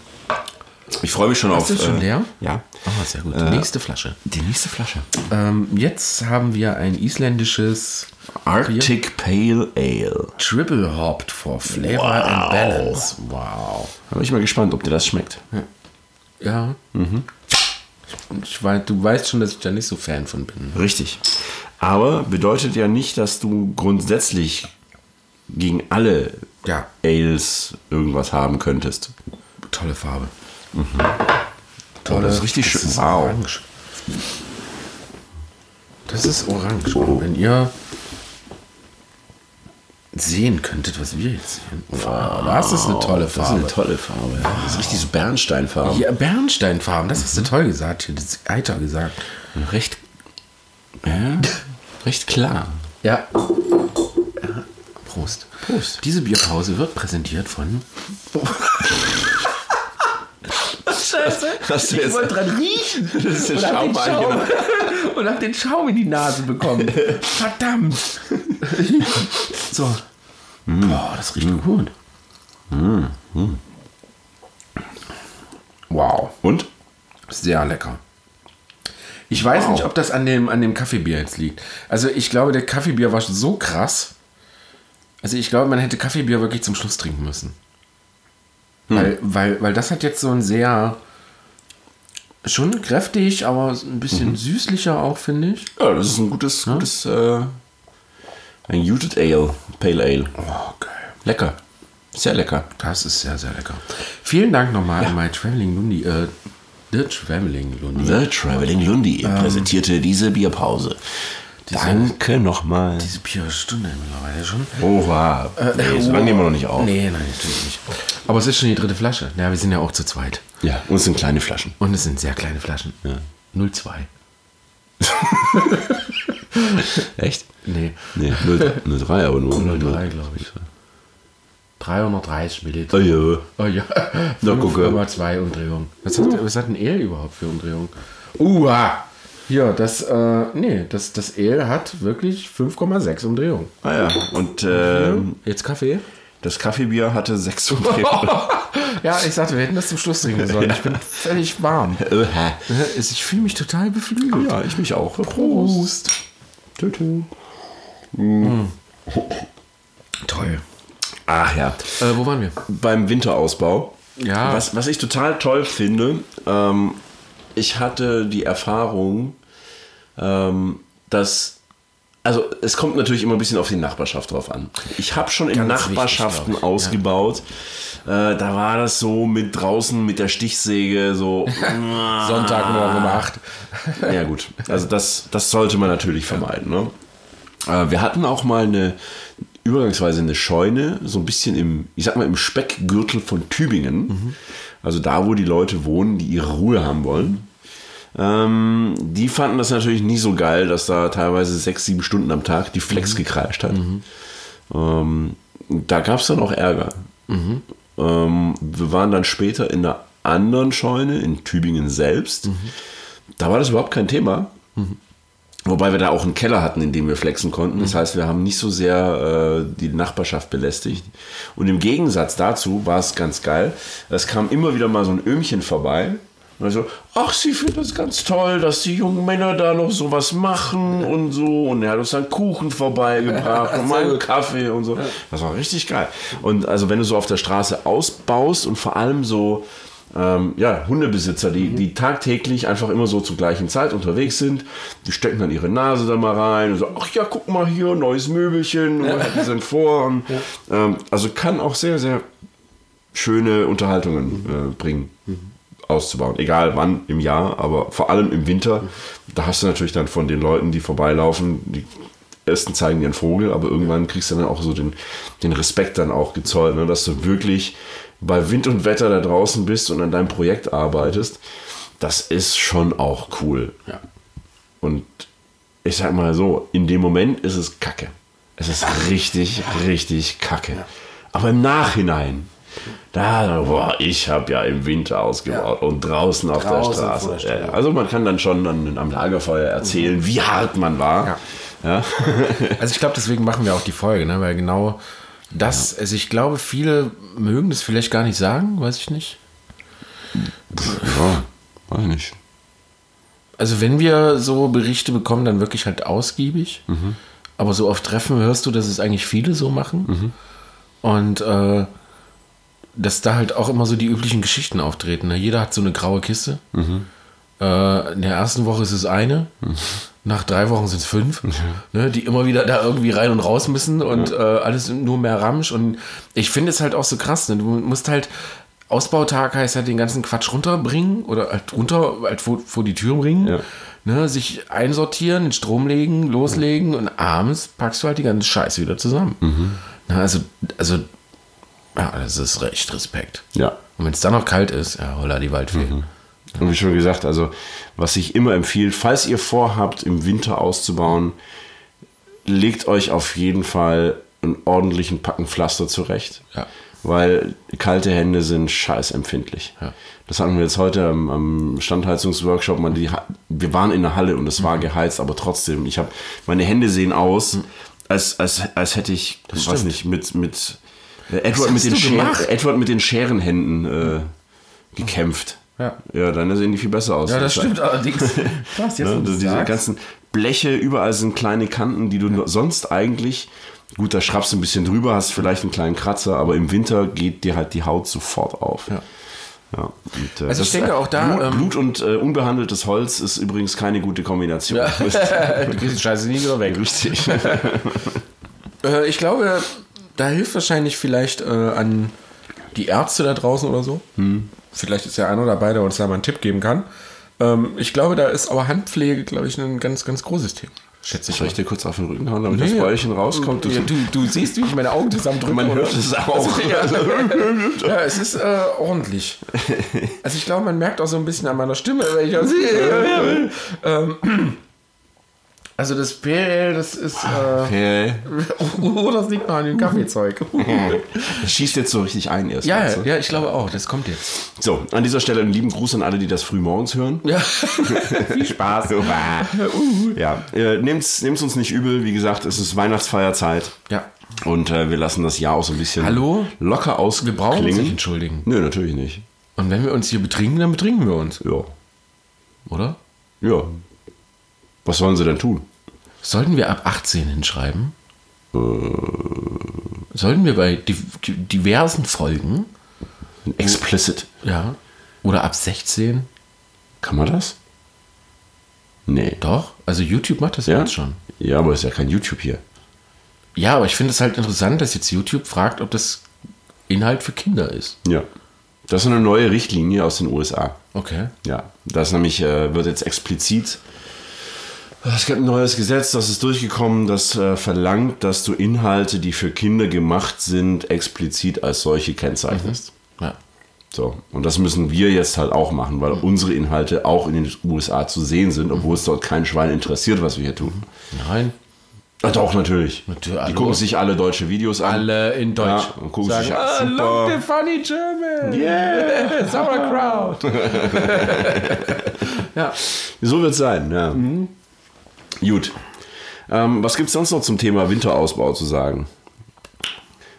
Speaker 1: Ich freue mich schon auf.
Speaker 2: ist das schon
Speaker 1: äh,
Speaker 2: leer?
Speaker 1: Ja.
Speaker 2: Ah, sehr gut. nächste Flasche.
Speaker 1: Die nächste Flasche.
Speaker 2: Ähm, jetzt haben wir ein isländisches
Speaker 1: Arctic Pale Ale.
Speaker 2: Triple Hopped for Flavor and Balance. Wow.
Speaker 1: Da bin ich mal gespannt, ob dir das schmeckt.
Speaker 2: Ja. Ich, ich weiß, du weißt schon, dass ich da nicht so Fan von bin.
Speaker 1: Richtig. Aber bedeutet ja nicht, dass du grundsätzlich gegen alle
Speaker 2: Ja.
Speaker 1: Ales irgendwas haben könntest.
Speaker 2: Tolle Farbe.
Speaker 1: Mhm. Toll, das ist richtig schön. wow.
Speaker 2: Orange. Das ist orange.
Speaker 1: Oh.
Speaker 2: Und wenn ihr sehen könntet, was wir jetzt sehen. Wow, das ist eine tolle
Speaker 1: Das ist
Speaker 2: Farbe.
Speaker 1: eine tolle Farbe. Das ist richtig so Bernsteinfarbe.
Speaker 2: Ja, Bernsteinfarben, das hast
Speaker 1: Mhm.
Speaker 2: du toll gesagt. hier, Das ist Eiter gesagt.
Speaker 1: Recht. Ja, recht klar.
Speaker 2: Ja. Prost. Prost. Diese Bierpause wird
Speaker 1: *laughs*
Speaker 2: präsentiert von.
Speaker 1: Hast du jetzt,
Speaker 2: dran riechen
Speaker 1: das ist der Schaum eingenommen.
Speaker 2: und hab den Schaum *laughs* in die Nase *laughs* bekommen. Verdammt. *laughs* Hm. so. Boah, das riecht gut. Hm. Wow.
Speaker 1: Und?
Speaker 2: Sehr lecker. Ich weiß nicht, ob das an dem, an dem Kaffeebier jetzt liegt. Also ich glaube, der Kaffeebier war so krass. Also ich glaube, man hätte Kaffeebier wirklich zum Schluss trinken müssen. Weil, weil, weil das hat jetzt so ein sehr schon kräftig, aber ein bisschen süßlicher auch, finde ich.
Speaker 1: Ja, das ist ein gutes, gutes, äh, ein Muted Ale, Pale Ale.
Speaker 2: Oh, geil.
Speaker 1: Lecker. Sehr lecker.
Speaker 2: Das ist sehr, sehr lecker. Vielen Dank nochmal an My Traveling Lundi. Äh, The Traveling Lundy.
Speaker 1: The Traveling Lundi präsentierte diese Bierpause. Danke nochmal.
Speaker 2: Diese Bierstunde mittlerweile schon.
Speaker 1: Oha. Äh, Nee, so lange nehmen wir noch nicht auf.
Speaker 2: Nee, nein, natürlich nicht. Aber es ist schon die dritte Flasche. Ja, wir sind ja auch zu zweit.
Speaker 1: Ja, und es sind kleine Flaschen.
Speaker 2: Und es sind sehr kleine Flaschen.
Speaker 1: Ja.
Speaker 2: 0,2.
Speaker 1: Echt?
Speaker 2: Nee,
Speaker 1: Nee, 0,3 aber nur.
Speaker 2: 0,3 glaube ich. 330 Milliliter.
Speaker 1: Oh, ja.
Speaker 2: Oh *laughs* ja.
Speaker 1: Na, gucke.
Speaker 2: 5,2 Umdrehung. Was hat, was hat ein Ale überhaupt für Umdrehung? Uha! Ja, das, äh, nee, das, das Ale hat wirklich 5,6 Umdrehung.
Speaker 1: Ah ja, und ähm,
Speaker 2: Jetzt Kaffee?
Speaker 1: das Kaffeebier hatte 6 *laughs* Umdrehungen.
Speaker 2: *laughs* Ja, ich sagte, wir hätten das zum Schluss trinken sollen.
Speaker 1: *laughs*
Speaker 2: Ich bin völlig warm.
Speaker 1: Oha.
Speaker 2: Ich fühle mich total beflügelt.
Speaker 1: ja, ich mich auch.
Speaker 2: Prost.
Speaker 1: Tütü.
Speaker 2: Toll.
Speaker 1: Ach ja,
Speaker 2: Äh, wo waren wir?
Speaker 1: beim Winterausbau.
Speaker 2: Ja.
Speaker 1: Was, was ich total toll finde, ähm, ich hatte die Erfahrung, ähm, dass, also es kommt natürlich immer ein bisschen auf die Nachbarschaft drauf an. Ich habe schon in
Speaker 2: wichtig,
Speaker 1: Nachbarschaften
Speaker 2: glaub ich, ja.
Speaker 1: ausgebaut. Äh, da war das so mit draußen mit der Stichsäge so.
Speaker 2: *laughs*
Speaker 1: Ah.
Speaker 2: Sonntagmorgen um 8.
Speaker 1: *laughs* Ja, gut. Also, das, das sollte man natürlich vermeiden. Ne? Äh, wir hatten auch mal eine, übergangsweise eine Scheune, so ein bisschen im, ich sag mal, im Speckgürtel von Tübingen. Also, da, wo die Leute wohnen, die ihre Ruhe haben wollen. Ähm, die fanden das natürlich nicht so geil, dass da teilweise sechs, sieben Stunden am Tag die Flex gekreischt hat. Ähm, da gab es dann auch Ärger. Ähm, wir waren dann später in einer anderen Scheune in Tübingen selbst. Da war das überhaupt kein Thema. Wobei wir da auch einen Keller hatten, in dem wir flexen konnten. Das heißt, wir haben nicht so sehr äh, die Nachbarschaft belästigt. Und im Gegensatz dazu war es ganz geil. Es kam immer wieder mal so ein Öhmchen vorbei. Und er so, ach, sie findet das ganz toll, dass die jungen Männer da noch sowas machen und so. Und er hat uns dann Kuchen vorbeigebracht und mal einen Kaffee und so. Das war richtig geil. Und also, wenn du so auf der Straße ausbaust und vor allem so ähm, ja, Hundebesitzer, die, die tagtäglich einfach immer so zur gleichen Zeit unterwegs sind. Die stecken dann ihre Nase da mal rein und so, ach ja, guck mal hier, neues Möbelchen, und die sind vor. Und, ähm, also kann auch sehr, sehr schöne Unterhaltungen äh, bringen, auszubauen. Egal wann im Jahr, aber vor allem im Winter. Da hast du natürlich dann von den Leuten, die vorbeilaufen, die ersten zeigen dir einen Vogel, aber irgendwann kriegst du dann auch so den, den Respekt dann auch gezollt, ne? dass du wirklich bei Wind und Wetter da draußen bist und an deinem Projekt arbeitest. Das ist schon auch cool.
Speaker 2: *laughs* Ja.
Speaker 1: Und ich sag mal so, in dem Moment ist es kacke. Es ist richtig, richtig kacke. Aber im Nachhinein, da, boah, ich habe ja im Winter ausgebaut und draußen auf
Speaker 2: Draußen
Speaker 1: der Straße.
Speaker 2: vor der Straße. Mhm.
Speaker 1: Ja, ja. also man kann dann schon dann am Lagerfeuer erzählen, wie hart man war.
Speaker 2: *laughs*
Speaker 1: Ja.
Speaker 2: Also ich glaube, deswegen machen wir auch die Folge, ne? weil genau das, also ich glaube, viele mögen das vielleicht gar nicht sagen, weiß ich nicht.
Speaker 1: ja, weiß nicht.
Speaker 2: Also wenn wir so Berichte bekommen, dann wirklich halt ausgiebig. Aber so auf Treffen hörst du, dass es eigentlich viele so machen. Und äh, dass da halt auch immer so die üblichen Geschichten auftreten. Ne? Jeder hat so eine graue Kiste. Äh, in der ersten Woche ist es eine, nach drei Wochen sind es fünf, ne, die immer wieder da irgendwie rein und raus müssen und äh, alles nur mehr Ramsch. Und ich finde es halt auch so krass. Ne? Du musst halt, Ausbautag heißt halt den ganzen Quatsch runterbringen oder halt runter, halt vor, vor die Tür bringen,
Speaker 1: Ja.
Speaker 2: ne, sich einsortieren, in Strom legen, loslegen und abends packst du halt die ganze Scheiße wieder zusammen. Na, also, also, ja, das ist recht Respekt.
Speaker 1: Ja.
Speaker 2: Und wenn es dann noch kalt ist, ja, holla die Waldfee.
Speaker 1: Und wie schon gesagt, also was ich immer empfiehlt, falls ihr vorhabt, im Winter auszubauen, legt euch auf jeden Fall einen ordentlichen Packen Pflaster zurecht.
Speaker 2: Ja.
Speaker 1: Weil kalte Hände sind scheißempfindlich.
Speaker 2: Ja.
Speaker 1: Das hatten wir jetzt heute am, am Standheizungsworkshop. Man, die, Ha- wir waren in der Halle und es war
Speaker 2: Mhm.
Speaker 1: geheizt, aber trotzdem, ich habe meine Hände sehen aus, als, als, als hätte ich, ich weiß
Speaker 2: stimmt.
Speaker 1: nicht, mit, mit äh, Edward, mit
Speaker 2: hast
Speaker 1: den
Speaker 2: du
Speaker 1: Scheren,
Speaker 2: gemacht?
Speaker 1: Edward mit den Scherenhänden äh, gekämpft.
Speaker 2: Ja.
Speaker 1: Ja, dann sehen die viel besser aus.
Speaker 2: Ja, das
Speaker 1: Als-
Speaker 2: stimmt allerdings. *laughs* Krass, jetzt
Speaker 1: Ne?
Speaker 2: wo du's
Speaker 1: Diese
Speaker 2: sagst.
Speaker 1: ganzen Bleche, überall sind kleine Kanten, die du sonst eigentlich, gut, da schraubst du ein bisschen drüber, hast vielleicht einen kleinen Kratzer, aber im Winter geht dir halt die Haut sofort auf.
Speaker 2: Ja.
Speaker 1: Ja, und, äh,
Speaker 2: Also ich
Speaker 1: das-
Speaker 2: denke auch da,
Speaker 1: Blut,
Speaker 2: ähm,
Speaker 1: Blut und äh, unbehandeltes Holz ist übrigens keine gute Kombination.
Speaker 2: du kriegst die Scheiße nie wieder weg.
Speaker 1: *laughs*
Speaker 2: *laughs*
Speaker 1: Richtig.
Speaker 2: Äh, ich glaube, da hilft wahrscheinlich vielleicht äh, an die Ärzte da draußen oder so. vielleicht ist ja einer oder beide der uns da mal einen Tipp geben kann. Ähm, ich glaube, da ist aber Handpflege, glaube ich, ein ganz, ganz großes Thema. Schätze ich.
Speaker 1: Soll
Speaker 2: mal.
Speaker 1: ich dir kurz auf den Rücken hauen, damit
Speaker 2: Nee.
Speaker 1: das Bäuerchen rauskommt?
Speaker 2: Ja, du, du siehst, wie ich meine Augen zusammen drücke.
Speaker 1: man
Speaker 2: oder?
Speaker 1: hört es aber auch.
Speaker 2: *laughs* Ja, es ist äh, ordentlich. Also ich glaube, man merkt auch so ein bisschen an meiner Stimme, wenn ich das sehe. ähm, also das PL, das ist...
Speaker 1: *laughs*
Speaker 2: Äh,
Speaker 1: Okay.
Speaker 2: oh, das liegt noch an dem Kaffeezeug. Also.
Speaker 1: Das schießt jetzt so richtig ein erst.
Speaker 2: ja,
Speaker 1: weißt du?
Speaker 2: ja, ich glaube auch, das kommt jetzt.
Speaker 1: So, an dieser Stelle einen lieben Gruß an alle, die das früh morgens hören. *laughs*
Speaker 2: Ja. Viel Spaß. Uh.
Speaker 1: Ja, äh, nehmt's, nehmt's uns nicht übel. Wie gesagt, es ist Weihnachtsfeierzeit.
Speaker 2: *laughs* Ja.
Speaker 1: Und äh, wir lassen das Jahr auch so ein bisschen
Speaker 2: Hallo?
Speaker 1: locker aus.
Speaker 2: Wir brauchen uns nicht entschuldigen.
Speaker 1: Nö, natürlich nicht.
Speaker 2: Und wenn wir uns hier betrinken, dann betrinken wir uns,
Speaker 1: Ja.
Speaker 2: oder?
Speaker 1: Ja. Was sollen sie denn tun?
Speaker 2: Sollten wir ab 18 hinschreiben? Äh. Sollten wir bei di di- diversen Folgen,
Speaker 1: Explicit.
Speaker 2: ja, oder ab 16?
Speaker 1: Kann man das? Nee.
Speaker 2: Doch, also YouTube macht das ja
Speaker 1: Ja?
Speaker 2: jetzt schon.
Speaker 1: Ja, aber ist ja kein YouTube hier.
Speaker 2: Ja, aber ich finde es halt interessant, dass jetzt YouTube fragt, ob das Inhalt für Kinder ist.
Speaker 1: Ja. Das ist eine neue Richtlinie aus den USA.
Speaker 2: Okay.
Speaker 1: Ja, das nämlich äh, wird jetzt explizit. Es gibt ein neues Gesetz, das ist durchgekommen, das äh, verlangt, dass du Inhalte, die für Kinder gemacht sind, explizit als solche kennzeichnest.
Speaker 2: Ja.
Speaker 1: So, und das müssen wir jetzt halt auch machen,
Speaker 2: Mhm.
Speaker 1: weil unsere Inhalte auch in den USA zu sehen sind, obwohl es dort kein Schwein interessiert, was wir hier tun.
Speaker 2: Nein.
Speaker 1: Ach, doch, natürlich.
Speaker 2: Mhm. Natürlich,
Speaker 1: Die
Speaker 2: hallo.
Speaker 1: gucken sich alle deutsche Videos an.
Speaker 2: Alle in Deutsch.
Speaker 1: Ja, und gucken sich
Speaker 2: "Ah,
Speaker 1: an.
Speaker 2: look
Speaker 1: Super.
Speaker 2: the funny German.
Speaker 1: Yeah.
Speaker 2: Sauerkraut.
Speaker 1: *laughs*
Speaker 2: ja.
Speaker 1: So wird es sein, ja.
Speaker 2: Mhm.
Speaker 1: Gut. Ähm, was gibt es sonst noch zum Thema Winterausbau zu sagen?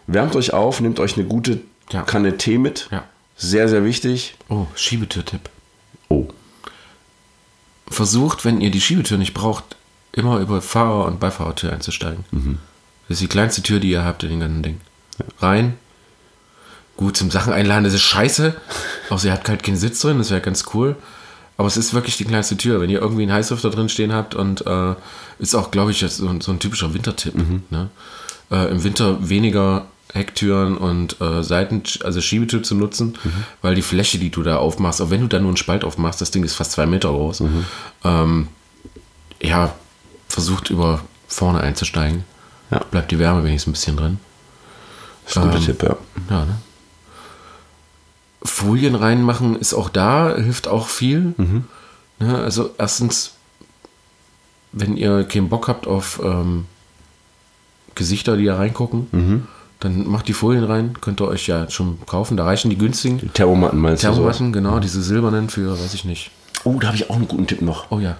Speaker 1: Wärmt euch auf, nehmt euch eine gute
Speaker 2: Ja.
Speaker 1: Kanne Tee mit.
Speaker 2: Ja.
Speaker 1: Sehr, sehr wichtig.
Speaker 2: Oh, Schiebetür-Tipp.
Speaker 1: Oh.
Speaker 2: Versucht, wenn ihr die Schiebetür nicht braucht, immer über Fahrer- und Beifahrertür einzusteigen.
Speaker 1: Mhm.
Speaker 2: Das ist die kleinste Tür, die ihr habt in dem ganzen Ding. Rein. Gut, zum Sachen einladen, das ist scheiße. Außer ihr habt halt keinen Sitz drin, das wäre ganz cool. Aber es ist wirklich die kleinste Tür. Wenn ihr irgendwie einen Heißlüfter drin stehen habt und äh, ist auch, glaube ich, jetzt so, ein- so ein typischer Wintertipp.
Speaker 1: Mhm.
Speaker 2: Ne? Äh, Im Winter weniger Hecktüren und äh, Seiten, also Schiebetür zu nutzen,
Speaker 1: Mhm.
Speaker 2: weil die Fläche, die du da aufmachst, auch wenn du da nur einen Spalt aufmachst, das Ding ist fast zwei Meter groß.
Speaker 1: Mhm.
Speaker 2: Ähm, ja, versucht über vorne einzusteigen.
Speaker 1: Ja.
Speaker 2: Bleibt die Wärme wenigstens ein bisschen drin. Ähm,
Speaker 1: Das ist ein guter Tipp, ja.
Speaker 2: Ja, ne? Folien reinmachen ist auch da, hilft auch viel. Ne, also erstens, wenn ihr keinen Bock habt auf ähm, Gesichter, die da reingucken, dann macht die Folien rein. Könnt ihr euch ja schon kaufen. Da reichen die günstigen
Speaker 1: Thermomatten meinst du?
Speaker 2: Thermomatten, genau, diese silbernen für, weiß ich nicht.
Speaker 1: So? Oh, da habe ich auch einen guten Tipp noch.
Speaker 2: Oh ja,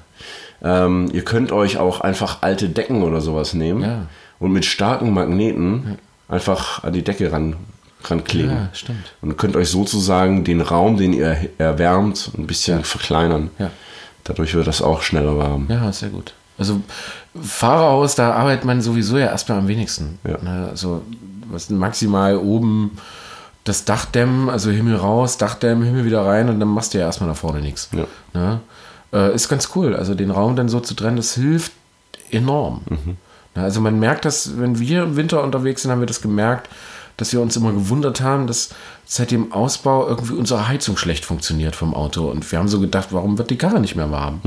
Speaker 1: Ähm, ihr könnt euch auch einfach alte Decken oder sowas nehmen
Speaker 2: Ja.
Speaker 1: und mit starken Magneten einfach an die Decke ran, rankleben.
Speaker 2: Ja, stimmt.
Speaker 1: Und könnt euch sozusagen den Raum, den ihr erwärmt, ein bisschen verkleinern.
Speaker 2: Ja.
Speaker 1: Dadurch wird das auch schneller warm.
Speaker 2: ja, sehr gut. Also Fahrerhaus, da arbeitet man sowieso ja erstmal am wenigsten.
Speaker 1: Ja.
Speaker 2: Ne, also was denn maximal oben das Dach dämmen, also Himmel raus, Dach dämmen, Himmel wieder rein und dann machst du ja erstmal nach vorne nichts.
Speaker 1: Ja.
Speaker 2: Ne? Äh, ist ganz cool. Also den Raum dann so zu trennen, das hilft enorm. Ne, also man merkt das, wenn wir im Winter unterwegs sind, haben wir das gemerkt, dass wir uns immer gewundert haben, dass seit dem Ausbau irgendwie unsere Heizung schlecht funktioniert vom Auto. Und wir haben so gedacht, warum wird die Karre nicht mehr warm?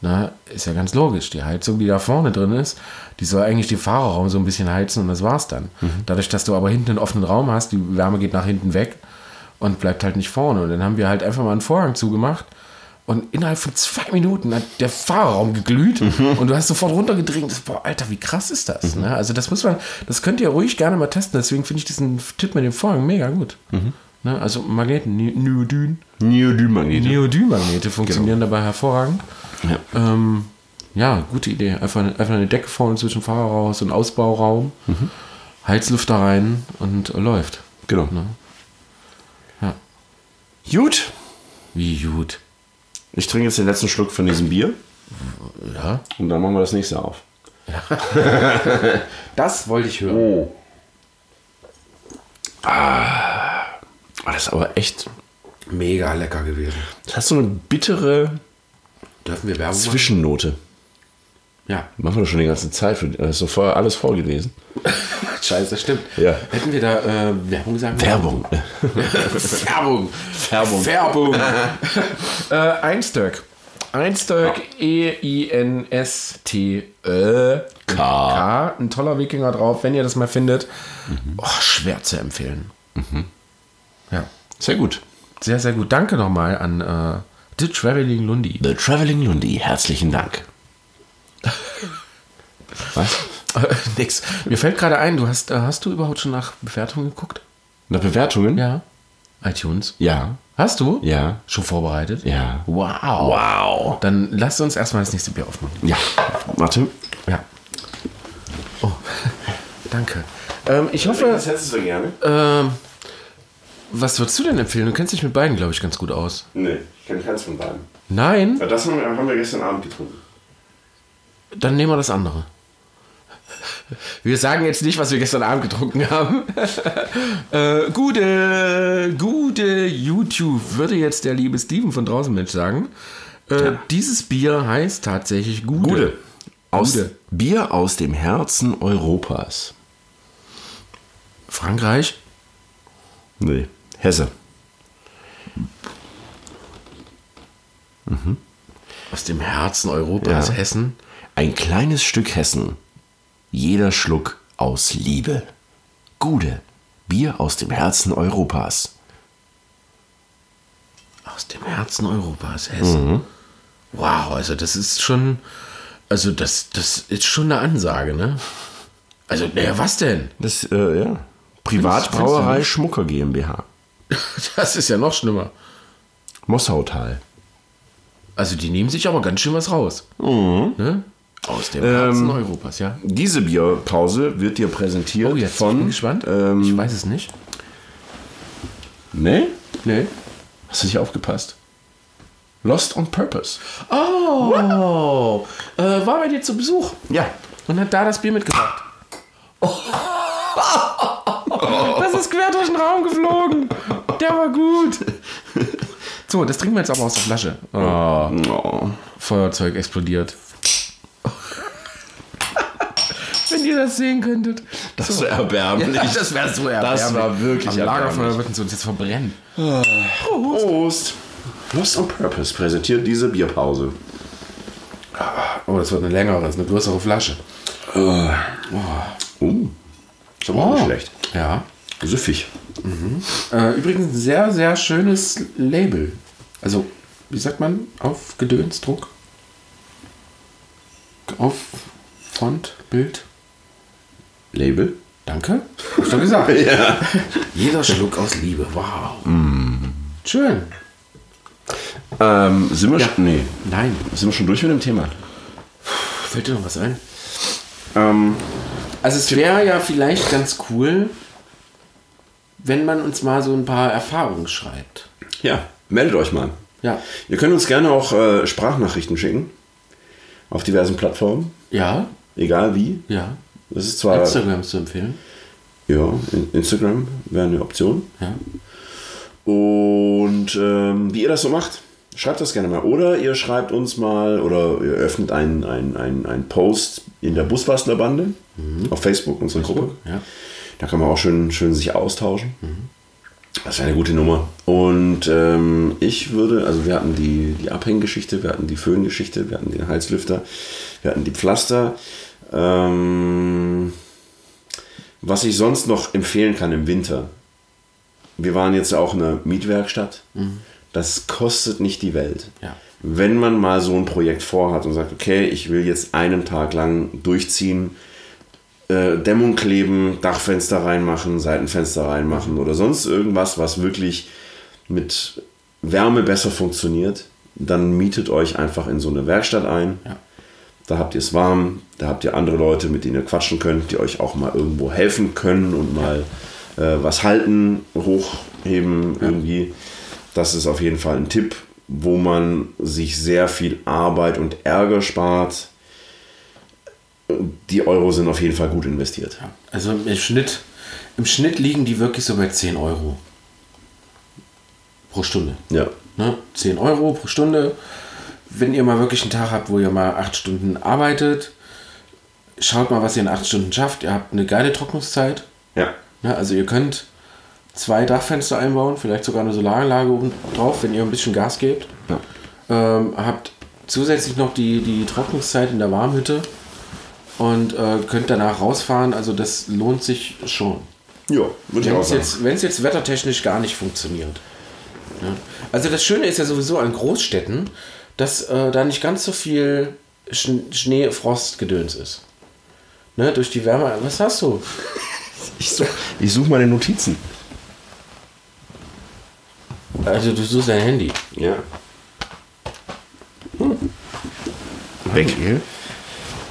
Speaker 2: Na, ist ja ganz logisch. Die Heizung, die da vorne drin ist, die soll eigentlich den Fahrerraum so ein bisschen heizen und das war's dann. Dadurch, dass du aber hinten einen offenen Raum hast, die Wärme geht nach hinten weg und bleibt halt nicht vorne. Und dann haben wir halt einfach mal einen Vorhang zugemacht und innerhalb von zwei Minuten hat der Fahrerraum geglüht
Speaker 3: Mhm.
Speaker 2: und du hast sofort runtergedrängt. Boah, Alter, wie krass ist das? Ne? Also das muss man, das könnt ihr ruhig gerne mal testen. Deswegen finde ich diesen Tipp mit dem Vorhang mega gut.
Speaker 3: Mhm.
Speaker 2: Ne? Also Magneten, Ni- Neodyn.
Speaker 1: Neodym-Magnete.
Speaker 2: Neodym-Magnete funktionieren
Speaker 3: Genau.
Speaker 2: dabei hervorragend.
Speaker 1: Ja.
Speaker 2: Ähm, ja, gute Idee. Einfach, einfach eine Decke vorne zwischen Fahrerhaus und Ausbauraum,
Speaker 3: Mhm.
Speaker 2: Heizlüfter rein und läuft.
Speaker 1: Genau.
Speaker 2: Ja.
Speaker 1: Gut.
Speaker 2: Wie gut.
Speaker 1: Ich trinke jetzt den letzten Schluck von diesem Bier
Speaker 2: Ja.
Speaker 1: und dann machen wir das nächste auf.
Speaker 2: Das wollte ich hören.
Speaker 1: Oh. Ah, das ist aber echt.
Speaker 3: Mega lecker gewesen.
Speaker 1: Das hat so eine bittere
Speaker 3: Dürfen wir Werbung machen?
Speaker 1: Zwischennote.
Speaker 2: Ja,
Speaker 1: Machen wir doch schon die ganze Zeit. Für, das ist doch vorher alles vorgelesen.
Speaker 2: *laughs* scheiße, stimmt.
Speaker 1: Ja.
Speaker 2: Hätten wir da äh, Werbung sagen
Speaker 1: Werbung.
Speaker 2: *laughs* Werbung.
Speaker 1: Werbung.
Speaker 2: Werbung. *laughs* äh, E Einstöck. Einstöck, E-I-N-S-T-E-K. Ein toller Wikinger drauf, wenn ihr das mal findet. Oh, schwer zu empfehlen. Mhm. Ja,
Speaker 1: Sehr gut.
Speaker 2: sehr, sehr gut. Danke nochmal an äh, The Traveling Lundi. *laughs*
Speaker 1: The Traveling Lundi, herzlichen Dank. Was?
Speaker 2: Nix. Mir fällt gerade ein, du hast, äh, hast du überhaupt schon nach Bewertungen geguckt?
Speaker 1: Nach Bewertungen?
Speaker 2: Ja. iTunes?
Speaker 1: Ja.
Speaker 2: Hast du?
Speaker 1: Ja.
Speaker 2: Schon vorbereitet?
Speaker 1: Ja.
Speaker 2: Wow.
Speaker 1: Wow.
Speaker 2: Dann lasst uns erstmal das nächste Bier aufmachen.
Speaker 1: Ja. Warte.
Speaker 2: Ja. Oh, danke. Ähm, ich hoffe,
Speaker 1: hättest du gerne?
Speaker 2: ähm, was würdest du denn empfehlen? Du kennst dich mit beiden, glaube ich, ganz gut aus.
Speaker 1: Nee, ich kann keins von beiden.
Speaker 2: Nein?
Speaker 1: Das haben wir, haben wir gestern Abend getrunken.
Speaker 2: Dann nehmen wir das andere. Wir sagen jetzt nicht, was wir gestern Abend getrunken haben. *laughs* äh, gute, gute YouTube, würde jetzt der liebe Steven von draußen Mensch sagen. Äh, Dieses Bier heißt tatsächlich Gude.
Speaker 1: Gude. Aus
Speaker 2: Gude.
Speaker 1: Bier aus dem Herzen Europas.
Speaker 2: Frankreich?
Speaker 1: Nee. Hesse.
Speaker 2: Aus dem Herzen Europas,
Speaker 1: Ja.
Speaker 2: Hessen.
Speaker 1: Ein kleines Stück Hessen. Jeder Schluck aus Liebe. Gude. Bier aus dem Herzen Europas.
Speaker 2: Aus dem Herzen Europas, Hessen.
Speaker 1: Mhm.
Speaker 2: Wow, also das ist schon, also das, das ist schon eine Ansage, ne? Also, naja, was denn? *laughs*
Speaker 1: Das, äh, ja. Privatbrauerei Schmucker GmbH.
Speaker 2: Das ist ja noch schlimmer.
Speaker 1: Mossautal.
Speaker 2: Also die nehmen sich aber ganz schön was raus.
Speaker 1: Mhm.
Speaker 2: Ne? Aus
Speaker 1: Ähm,
Speaker 2: dem Herzen Europas, ja.
Speaker 1: Diese Bierpause wird dir präsentiert
Speaker 2: Oh, jetzt
Speaker 1: von.
Speaker 2: ich bin gespannt.
Speaker 1: Ähm,
Speaker 2: ich weiß es nicht.
Speaker 1: nee?
Speaker 2: Nee.
Speaker 1: Hast du nicht aufgepasst? Lost on Purpose.
Speaker 2: Oh, äh, war bei dir zu Besuch
Speaker 1: Ja.
Speaker 2: und hat da das Bier mitgebracht. Oh. *laughs* Das ist quer durch den Raum geflogen. Der war gut. So, das trinken wir jetzt aber aus der Flasche. Oh.
Speaker 1: Oh.
Speaker 2: Feuerzeug explodiert. Wenn ihr das sehen könntet.
Speaker 1: Das ist so erbärmlich.
Speaker 2: das wäre so erbärmlich.
Speaker 1: Das war wirklich
Speaker 2: Am Lagerfeuer
Speaker 1: erbärmlich.
Speaker 2: würden sie uns jetzt verbrennen.
Speaker 1: Prost. Lost on Purpose präsentiert diese Bierpause.
Speaker 2: Oh, das wird eine längere, das ist eine größere Flasche.
Speaker 1: Uh. Ist aber auch nicht schlecht.
Speaker 2: Oh. Ja.
Speaker 1: Süffig.
Speaker 2: Äh, übrigens ein sehr, sehr schönes Label. Also, wie sagt man? Auf Gedönsdruck? Auf Font, Bild?
Speaker 1: Label.
Speaker 2: Danke. Hab schon gesagt. Jeder Schluck aus Liebe. Wow. Mm. Schön.
Speaker 1: Ähm, sind wir
Speaker 2: Ja.
Speaker 1: schon. Nee.
Speaker 2: Nein.
Speaker 1: Sind wir schon durch mit dem Thema?
Speaker 2: Fällt dir noch was ein?
Speaker 1: Ähm,
Speaker 2: Also es wäre ja vielleicht ganz cool, wenn man uns mal so ein paar Erfahrungen schreibt.
Speaker 1: ja. Meldet euch mal.
Speaker 2: Ja.
Speaker 1: Ihr könnt uns gerne auch äh, Sprachnachrichten schicken. Auf diversen Plattformen.
Speaker 2: Ja,
Speaker 1: Egal wie.
Speaker 2: ja.
Speaker 1: Das ist zwar.
Speaker 2: Instagram zu empfehlen.
Speaker 1: Ja, in- Instagram wäre eine Option.
Speaker 2: Ja.
Speaker 1: Und ähm, wie ihr das so macht, schreibt das gerne mal. Oder ihr schreibt uns mal oder ihr öffnet einen ein, ein, ein Post in der Busbastlerbande auf Facebook, unsere Gruppe.
Speaker 2: Ja.
Speaker 1: Da kann man auch schön, schön sich austauschen. Das wäre eine gute Nummer. Und ähm, ich würde, also wir hatten die, die Abhänggeschichte, wir hatten die Föhngeschichte, wir hatten den Heizlüfter, wir hatten die Pflaster. Ähm, was ich sonst noch empfehlen kann im Winter. Wir waren jetzt auch in einer Mietwerkstatt. Das kostet nicht die Welt.
Speaker 2: Ja.
Speaker 1: Wenn man mal so ein Projekt vorhat und sagt, okay, ich will jetzt einen Tag lang durchziehen, äh, Dämmung kleben, Dachfenster reinmachen, Seitenfenster reinmachen oder sonst irgendwas, was wirklich mit Wärme besser funktioniert, dann mietet euch einfach in so eine Werkstatt ein.
Speaker 2: Ja.
Speaker 1: Da habt ihr es warm, da habt ihr andere Leute, mit denen ihr quatschen könnt, die euch auch mal irgendwo helfen können und mal äh, was halten, hochheben irgendwie. Das ist auf jeden Fall ein Tipp, wo man sich sehr viel Arbeit und Ärger spart. Die Euro sind auf jeden Fall gut investiert.
Speaker 2: Also im Schnitt, im Schnitt liegen die wirklich so bei 10 Euro pro Stunde.
Speaker 1: Ja.
Speaker 2: Ne? 10 Euro pro Stunde. Wenn ihr mal wirklich einen Tag habt, wo ihr mal 8 Stunden arbeitet, schaut mal, was ihr in acht Stunden schafft. Ihr habt eine geile Trocknungszeit.
Speaker 1: Ja.
Speaker 2: Ne? Also ihr könnt zwei Dachfenster einbauen, vielleicht sogar eine Solaranlage oben drauf, wenn ihr ein bisschen Gas gebt.
Speaker 1: Ja.
Speaker 2: Ähm, habt zusätzlich noch die, die Trocknungszeit in der Warmhütte und äh, könnt danach rausfahren. Also das lohnt sich schon.
Speaker 1: Ja, würde ich
Speaker 2: Wenn
Speaker 1: auch
Speaker 2: es
Speaker 1: sagen.
Speaker 2: jetzt, wenn's jetzt wettertechnisch gar nicht funktioniert. Ja. Also das Schöne ist ja sowieso an Großstädten, dass äh, da nicht ganz so viel Schn Schnee, Frost, Gedöns ist. Ne, durch die Wärme. Was hast du?
Speaker 1: Ich suche such meine Notizen.
Speaker 2: Also du suchst dein Handy.
Speaker 1: Ja. Hm.
Speaker 3: Weg.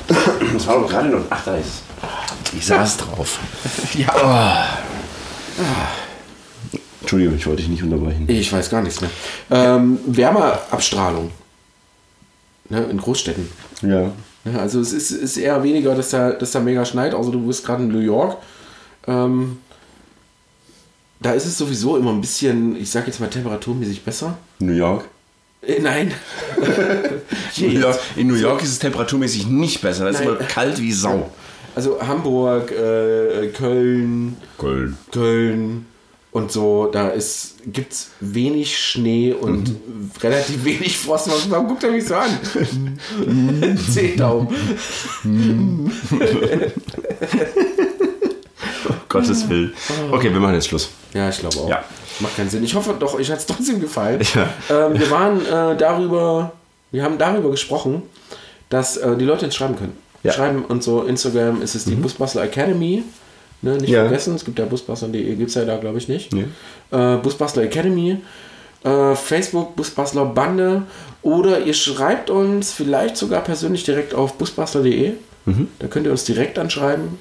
Speaker 1: Das war doch gerade noch. Ach, da ist
Speaker 3: Ich saß
Speaker 1: *laughs*
Speaker 3: drauf.
Speaker 1: Entschuldigung, ich wollte dich nicht unterbrechen.
Speaker 2: Ich weiß gar nichts mehr. Ähm, Wärmeabstrahlung. Ne, in Großstädten.
Speaker 1: Ja.
Speaker 2: Ja, also es ist, ist eher weniger, dass da, dass da mega schneit, außer du bist gerade in New York. Ähm, da ist es sowieso immer ein bisschen, ich sag jetzt mal temperaturmäßig besser.
Speaker 1: New York.
Speaker 2: Äh, nein. Hier
Speaker 1: New
Speaker 2: jetzt.
Speaker 1: York. In New York ist es temperaturmäßig nicht besser. Da ist
Speaker 2: Nein.
Speaker 1: immer kalt wie Sau.
Speaker 2: Also Hamburg, äh, Köln,
Speaker 1: Köln.
Speaker 2: Köln und so, da ist, gibt's wenig Schnee und relativ wenig Frost. Warum warum guckt er mich so an? *laughs* Zehn Daumen.
Speaker 1: Gottes Willen. Okay, wir machen jetzt Schluss.
Speaker 2: Ja, ich glaube auch.
Speaker 1: Ja.
Speaker 2: Macht keinen Sinn. Ich hoffe doch, euch hat es *laughs* trotzdem gefallen.
Speaker 1: Ja.
Speaker 2: Ähm, wir waren äh, darüber, wir haben darüber gesprochen, dass äh, die Leute uns schreiben können.
Speaker 1: Ja. Mhm.
Speaker 2: Schreiben und so, Instagram ist es die Busbastler Academy. Ne, nicht
Speaker 1: Ja.
Speaker 2: vergessen, es gibt ja busbastler.de, gibt es ja da, glaube ich, nicht.
Speaker 1: Nee.
Speaker 2: Äh, Busbastler Academy, äh, Facebook Busbastler Bande oder ihr schreibt uns vielleicht sogar persönlich direkt auf busbastler.de.
Speaker 1: Mhm.
Speaker 2: Da könnt ihr uns direkt anschreiben.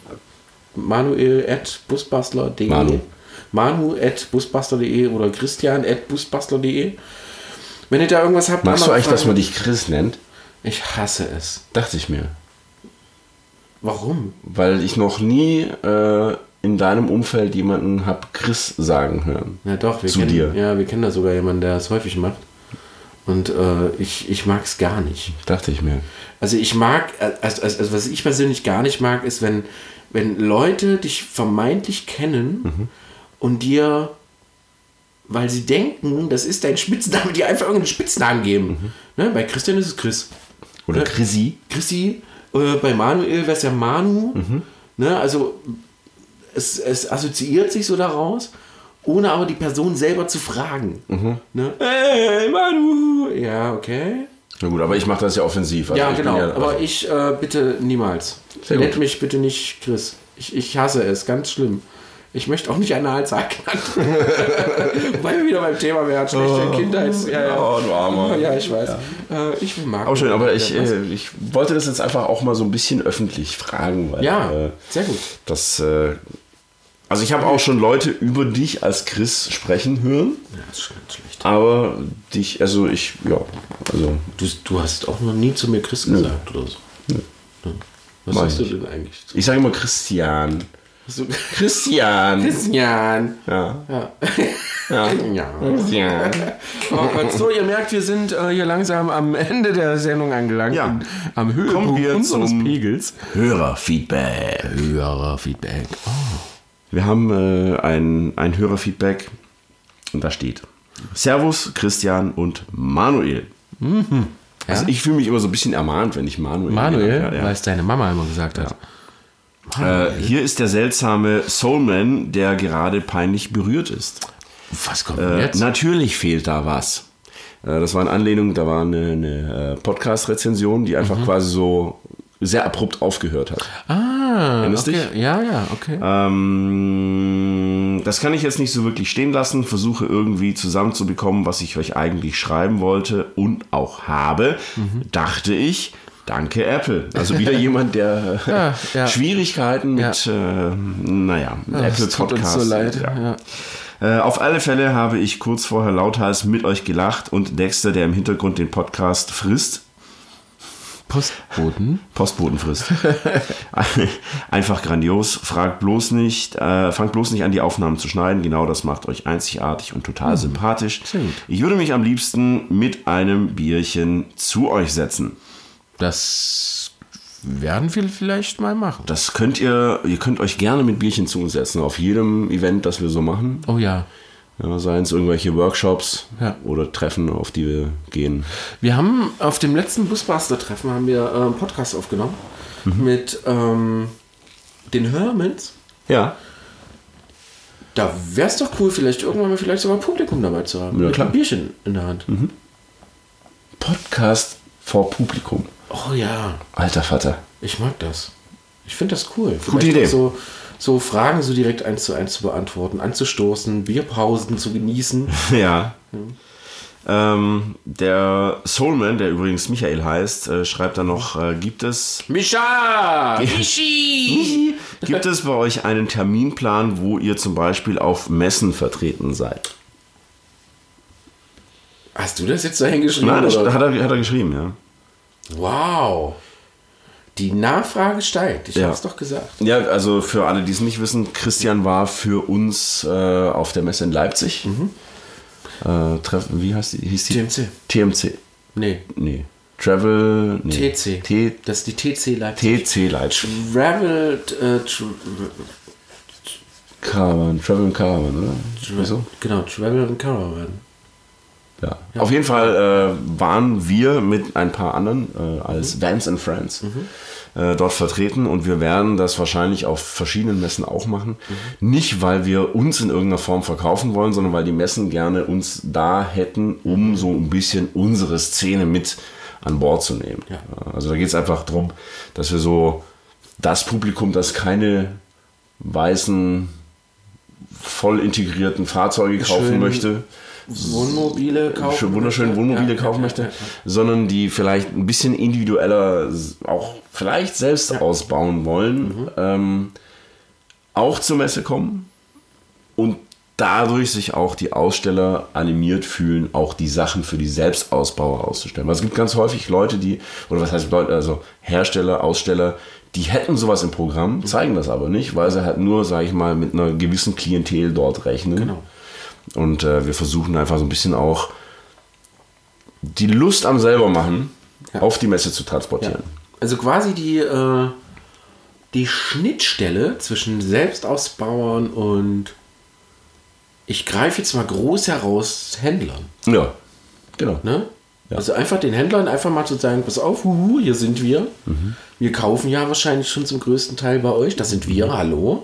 Speaker 2: Manuel at busbastler.de.
Speaker 1: Manu.
Speaker 2: Manu at busbastler.de oder Christian at busbastler.de. Wenn ihr da irgendwas habt,
Speaker 1: Magst du
Speaker 2: andere
Speaker 1: eigentlich, dass man
Speaker 2: Fragen-
Speaker 1: dich Chris nennt?
Speaker 2: Ich hasse es.
Speaker 1: Dachte ich mir.
Speaker 2: Warum?
Speaker 1: Weil ich noch nie äh, in deinem Umfeld jemanden hab Chris sagen hören.
Speaker 2: Ja, doch, wir
Speaker 1: Zu
Speaker 2: kennen,
Speaker 1: dir.
Speaker 2: Ja, wir kennen da sogar jemanden, der es häufig macht. Und äh, ich, ich mag es gar nicht.
Speaker 1: Dachte ich mir.
Speaker 2: Also ich mag, also, also, also was ich persönlich gar nicht mag, ist, wenn, wenn Leute dich vermeintlich kennen und dir, weil sie denken, das ist dein Spitzname, dir einfach irgendeinen Spitznamen geben. Ne? Bei Christian ist es Chris.
Speaker 1: Oder
Speaker 2: Ja.
Speaker 1: Chrissy.
Speaker 2: Chrissy, äh, bei Manuel wäre es ja Manu. Ne? Also es, es assoziiert sich so daraus, ohne aber die Person selber zu fragen. Ne? Hey, Manu! Ja, okay.
Speaker 1: Na gut, aber ich mache das ja offensiv. Also
Speaker 2: Ja,
Speaker 1: ich bin
Speaker 2: genau.
Speaker 1: Ja,
Speaker 2: aber ich äh, bitte niemals.
Speaker 1: Sehr
Speaker 2: Nennt
Speaker 1: gut.
Speaker 2: mich bitte nicht Chris. Ich, ich hasse es, ganz schlimm. Ich möchte auch nicht anal sagen. *laughs* Weil wir wieder beim Thema wären. Schlechte Kindheit. Ja, ja.
Speaker 1: also- oh, du Armer.
Speaker 2: *laughs* ja, ich weiß. Äh, ich will Marco.
Speaker 1: Auch schön, aber ich,
Speaker 2: Ja,
Speaker 1: äh, ich wollte das jetzt einfach auch mal so ein bisschen öffentlich fragen, weil
Speaker 2: ja,
Speaker 1: äh,
Speaker 2: sehr gut.
Speaker 1: das. Äh, also ich habe auch schon Leute über dich als Chris sprechen hören,
Speaker 2: Ja, das ist schon ganz schlecht.
Speaker 1: aber dich, also ich, ja, also
Speaker 2: Du, du hast auch noch nie zu mir Chris gesagt oder so. Ja. Was
Speaker 1: Mach
Speaker 2: hast du
Speaker 1: ich
Speaker 2: denn eigentlich?
Speaker 1: ich sage immer Christian.
Speaker 2: Hast du-
Speaker 1: Christian.
Speaker 2: Christian. *laughs*
Speaker 1: Ja.
Speaker 2: Ja.
Speaker 1: ja.
Speaker 2: ja.
Speaker 1: Christian.
Speaker 2: Oh Gott, so, ihr merkt, wir sind äh, hier langsam am Ende der Sendung angelangt.
Speaker 1: Ja.
Speaker 2: Und Am Höhepunkt
Speaker 1: wir
Speaker 2: unseres
Speaker 1: zum-
Speaker 2: Pegels.
Speaker 3: Hörerfeedback.
Speaker 2: Höherer Feedback.
Speaker 1: Wir haben äh, ein, ein Hörerfeedback und da steht: Servus, Christian und Manuel. Also, ich fühle mich immer so ein bisschen ermahnt, wenn ich Manuel.
Speaker 2: Mhm. Manuel,
Speaker 1: genannt werde,
Speaker 2: weil es deine Mama immer gesagt hat.
Speaker 1: ja. äh, Hier ist der seltsame Soulman, der gerade peinlich berührt ist.
Speaker 2: Was kommt
Speaker 1: Äh,
Speaker 2: denn jetzt?
Speaker 1: Natürlich fehlt da was. Äh, Das war eine Anlehnung, da war eine, eine äh, Podcast-Rezension, die
Speaker 2: Mhm.
Speaker 1: einfach quasi so sehr abrupt aufgehört hat.
Speaker 2: ah,
Speaker 1: erinnerst
Speaker 2: okay.
Speaker 1: dich?
Speaker 2: Ja, ja, okay.
Speaker 1: Ähm, das kann ich jetzt nicht so wirklich stehen lassen. Versuche irgendwie zusammenzubekommen, was ich euch eigentlich schreiben wollte und auch habe,
Speaker 2: Mhm.
Speaker 1: dachte ich. Danke, Apple. Also
Speaker 2: *laughs*
Speaker 1: wieder jemand, der äh,
Speaker 2: Ja, ja.
Speaker 1: Schwierigkeiten mit, äh, naja, Apple
Speaker 2: es tut uns
Speaker 1: Podcast.
Speaker 2: so leid,
Speaker 1: Äh, auf alle Fälle habe ich kurz vorher lauthals mit euch gelacht und Dexter, der im Hintergrund den Podcast frisst,
Speaker 2: Postboten.
Speaker 1: Postbotenfrist. *laughs* Einfach grandios. Fragt bloß nicht, äh, fangt bloß nicht an, die Aufnahmen zu schneiden. Genau das macht euch einzigartig und total sympathisch. Ich würde mich am liebsten mit einem Bierchen zu euch setzen.
Speaker 2: Das Werden wir vielleicht mal machen.
Speaker 1: Das könnt ihr, ihr könnt euch gerne mit Bierchen zusetzen auf jedem Event, das wir so machen.
Speaker 2: Oh ja.
Speaker 1: Ja, Seien es irgendwelche Workshops
Speaker 2: Ja.
Speaker 1: oder Treffen, auf die wir gehen.
Speaker 2: Wir haben auf dem letzten Busbuster-Treffen haben wir äh, einen Podcast aufgenommen
Speaker 1: Mhm.
Speaker 2: mit ähm, den Hermans.
Speaker 1: Ja,
Speaker 2: Da wäre es doch cool, vielleicht irgendwann mal vielleicht sogar Publikum dabei zu haben.
Speaker 1: Ja,
Speaker 2: mit
Speaker 1: klar. Mhm.
Speaker 2: einem Bierchen in der Hand.
Speaker 1: Podcast vor Publikum.
Speaker 2: Oh ja,
Speaker 1: Alter Vater.
Speaker 2: ich mag das. Ich finde das cool. Vielleicht
Speaker 1: Gute Idee.
Speaker 2: auch So, so Fragen so direkt eins zu eins zu beantworten, anzustoßen, Bierpausen
Speaker 1: *laughs*
Speaker 2: zu genießen.
Speaker 1: Ja. Ähm, der Soulman, der übrigens Michael heißt, äh, schreibt dann noch, äh, gibt *laughs* es
Speaker 2: Mischa!
Speaker 1: gibt es bei euch einen Terminplan, wo ihr zum Beispiel auf Messen vertreten seid?
Speaker 2: Hast du das jetzt da hingeschrieben?
Speaker 1: Nein, das
Speaker 2: oder?
Speaker 1: hat er, hat er geschrieben, ja.
Speaker 2: Wow. Die Nachfrage steigt. Ich
Speaker 1: Ja.
Speaker 2: hab's doch gesagt.
Speaker 1: Ja, also für alle, die es nicht wissen, Christian war für uns äh, auf der Messe in Leipzig. Äh, treff, wie heißt die? Hieß die?
Speaker 2: TMC.
Speaker 1: TMC.
Speaker 2: Nee,
Speaker 1: Nee. Travel. Nee.
Speaker 2: TC.
Speaker 1: T
Speaker 2: das ist die TC Leipzig.
Speaker 1: TC Leipzig.
Speaker 2: Travel, äh, tr
Speaker 1: Caravan. Travel and Caravan, oder? Wieso?
Speaker 2: Genau, Travel and Caravan.
Speaker 1: Ja. Auf jeden Fall äh, waren wir mit ein paar anderen äh, als
Speaker 2: Mhm.
Speaker 1: Vans and Friends äh, dort vertreten und wir werden das wahrscheinlich auf verschiedenen Messen auch machen.
Speaker 2: Mhm.
Speaker 1: Nicht, weil wir uns in irgendeiner Form verkaufen wollen, sondern weil die Messen gerne uns da hätten, um so ein bisschen unsere Szene mit an Bord zu nehmen.
Speaker 2: Ja.
Speaker 1: Also da geht es einfach darum, dass wir so das Publikum, das keine weißen, voll integrierten Fahrzeuge kaufen
Speaker 2: Schön
Speaker 1: möchte,
Speaker 2: Wohnmobile kaufen.
Speaker 1: schön, wunderschönen Wohnmobile
Speaker 2: Ja,
Speaker 1: kaufen
Speaker 2: ja,
Speaker 1: möchte,
Speaker 2: ja,
Speaker 1: sondern die vielleicht ein bisschen individueller s- auch vielleicht selbst ausbauen wollen,
Speaker 2: Mhm.
Speaker 1: ähm, auch zur Messe kommen und dadurch sich auch die Aussteller animiert fühlen, auch die Sachen für die Selbstausbauer auszustellen. Weil es gibt ganz häufig Leute, die, oder was heißt Leute, also Hersteller, Aussteller, die hätten sowas im
Speaker 2: Mhm.
Speaker 1: Programm, zeigen das aber nicht, weil sie halt nur, sage ich mal, mit einer gewissen Klientel dort rechnen.
Speaker 2: Genau.
Speaker 1: Und äh, wir versuchen einfach so ein bisschen auch die Lust am selber machen auf die Messe zu
Speaker 2: ja.
Speaker 1: transportieren.
Speaker 2: Also quasi die, äh, die Schnittstelle zwischen Selbstausbauern und ich greife jetzt mal groß heraus Händlern.
Speaker 1: Ja, genau.
Speaker 2: Ne? Also einfach den Händlern einfach mal zu sagen, pass auf, huhu, hier sind wir.
Speaker 1: Mhm.
Speaker 2: Wir kaufen ja wahrscheinlich schon zum größten Teil bei euch. Das sind
Speaker 1: Mhm.
Speaker 2: wir, hallo.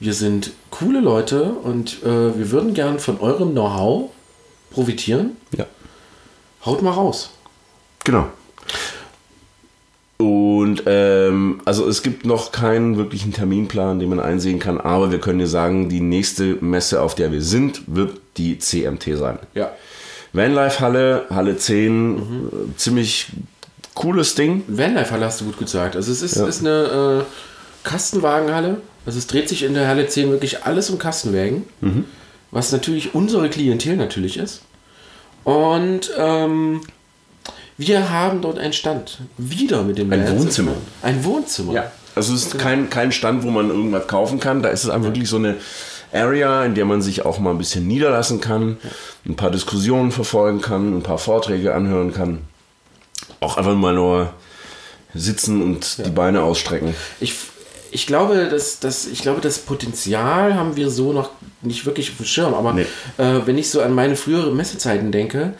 Speaker 2: Wir sind coole Leute und äh, wir würden gern von eurem Know-how profitieren.
Speaker 1: Ja,
Speaker 2: Haut mal raus.
Speaker 1: genau. Und ähm, also es gibt noch keinen wirklichen Terminplan, den man einsehen kann, aber wir können dir sagen, die nächste Messe, auf der wir sind, wird die CMT sein.
Speaker 2: Ja.
Speaker 1: Vanlife Halle, Halle 10, äh, ziemlich cooles Ding.
Speaker 2: Vanlife-Halle hast du gut gesagt. Also es ist, ist eine äh, Kastenwagenhalle. Also es dreht sich in der Halle 10 wirklich alles um Kastenwagen.
Speaker 1: Mhm.
Speaker 2: Was natürlich unsere Klientel natürlich ist. Und ähm, wir haben dort einen Stand. Wieder mit dem
Speaker 1: Ein
Speaker 2: Vans.
Speaker 1: Wohnzimmer.
Speaker 2: Ein Wohnzimmer.
Speaker 1: Also es ist kein, kein Stand, wo man irgendwas kaufen kann. Da ist es einfach wirklich so eine Area, in der man sich auch mal ein bisschen niederlassen kann, ein paar Diskussionen verfolgen kann, ein paar Vorträge anhören kann. Auch einfach mal nur sitzen und die Beine ausstrecken.
Speaker 2: Ich, ich, glaube, das, das, ich glaube, das Potenzial haben wir so noch nicht wirklich auf dem Schirm. Aber
Speaker 1: Nee.
Speaker 2: äh, wenn ich so an meine früheren Messezeiten denke,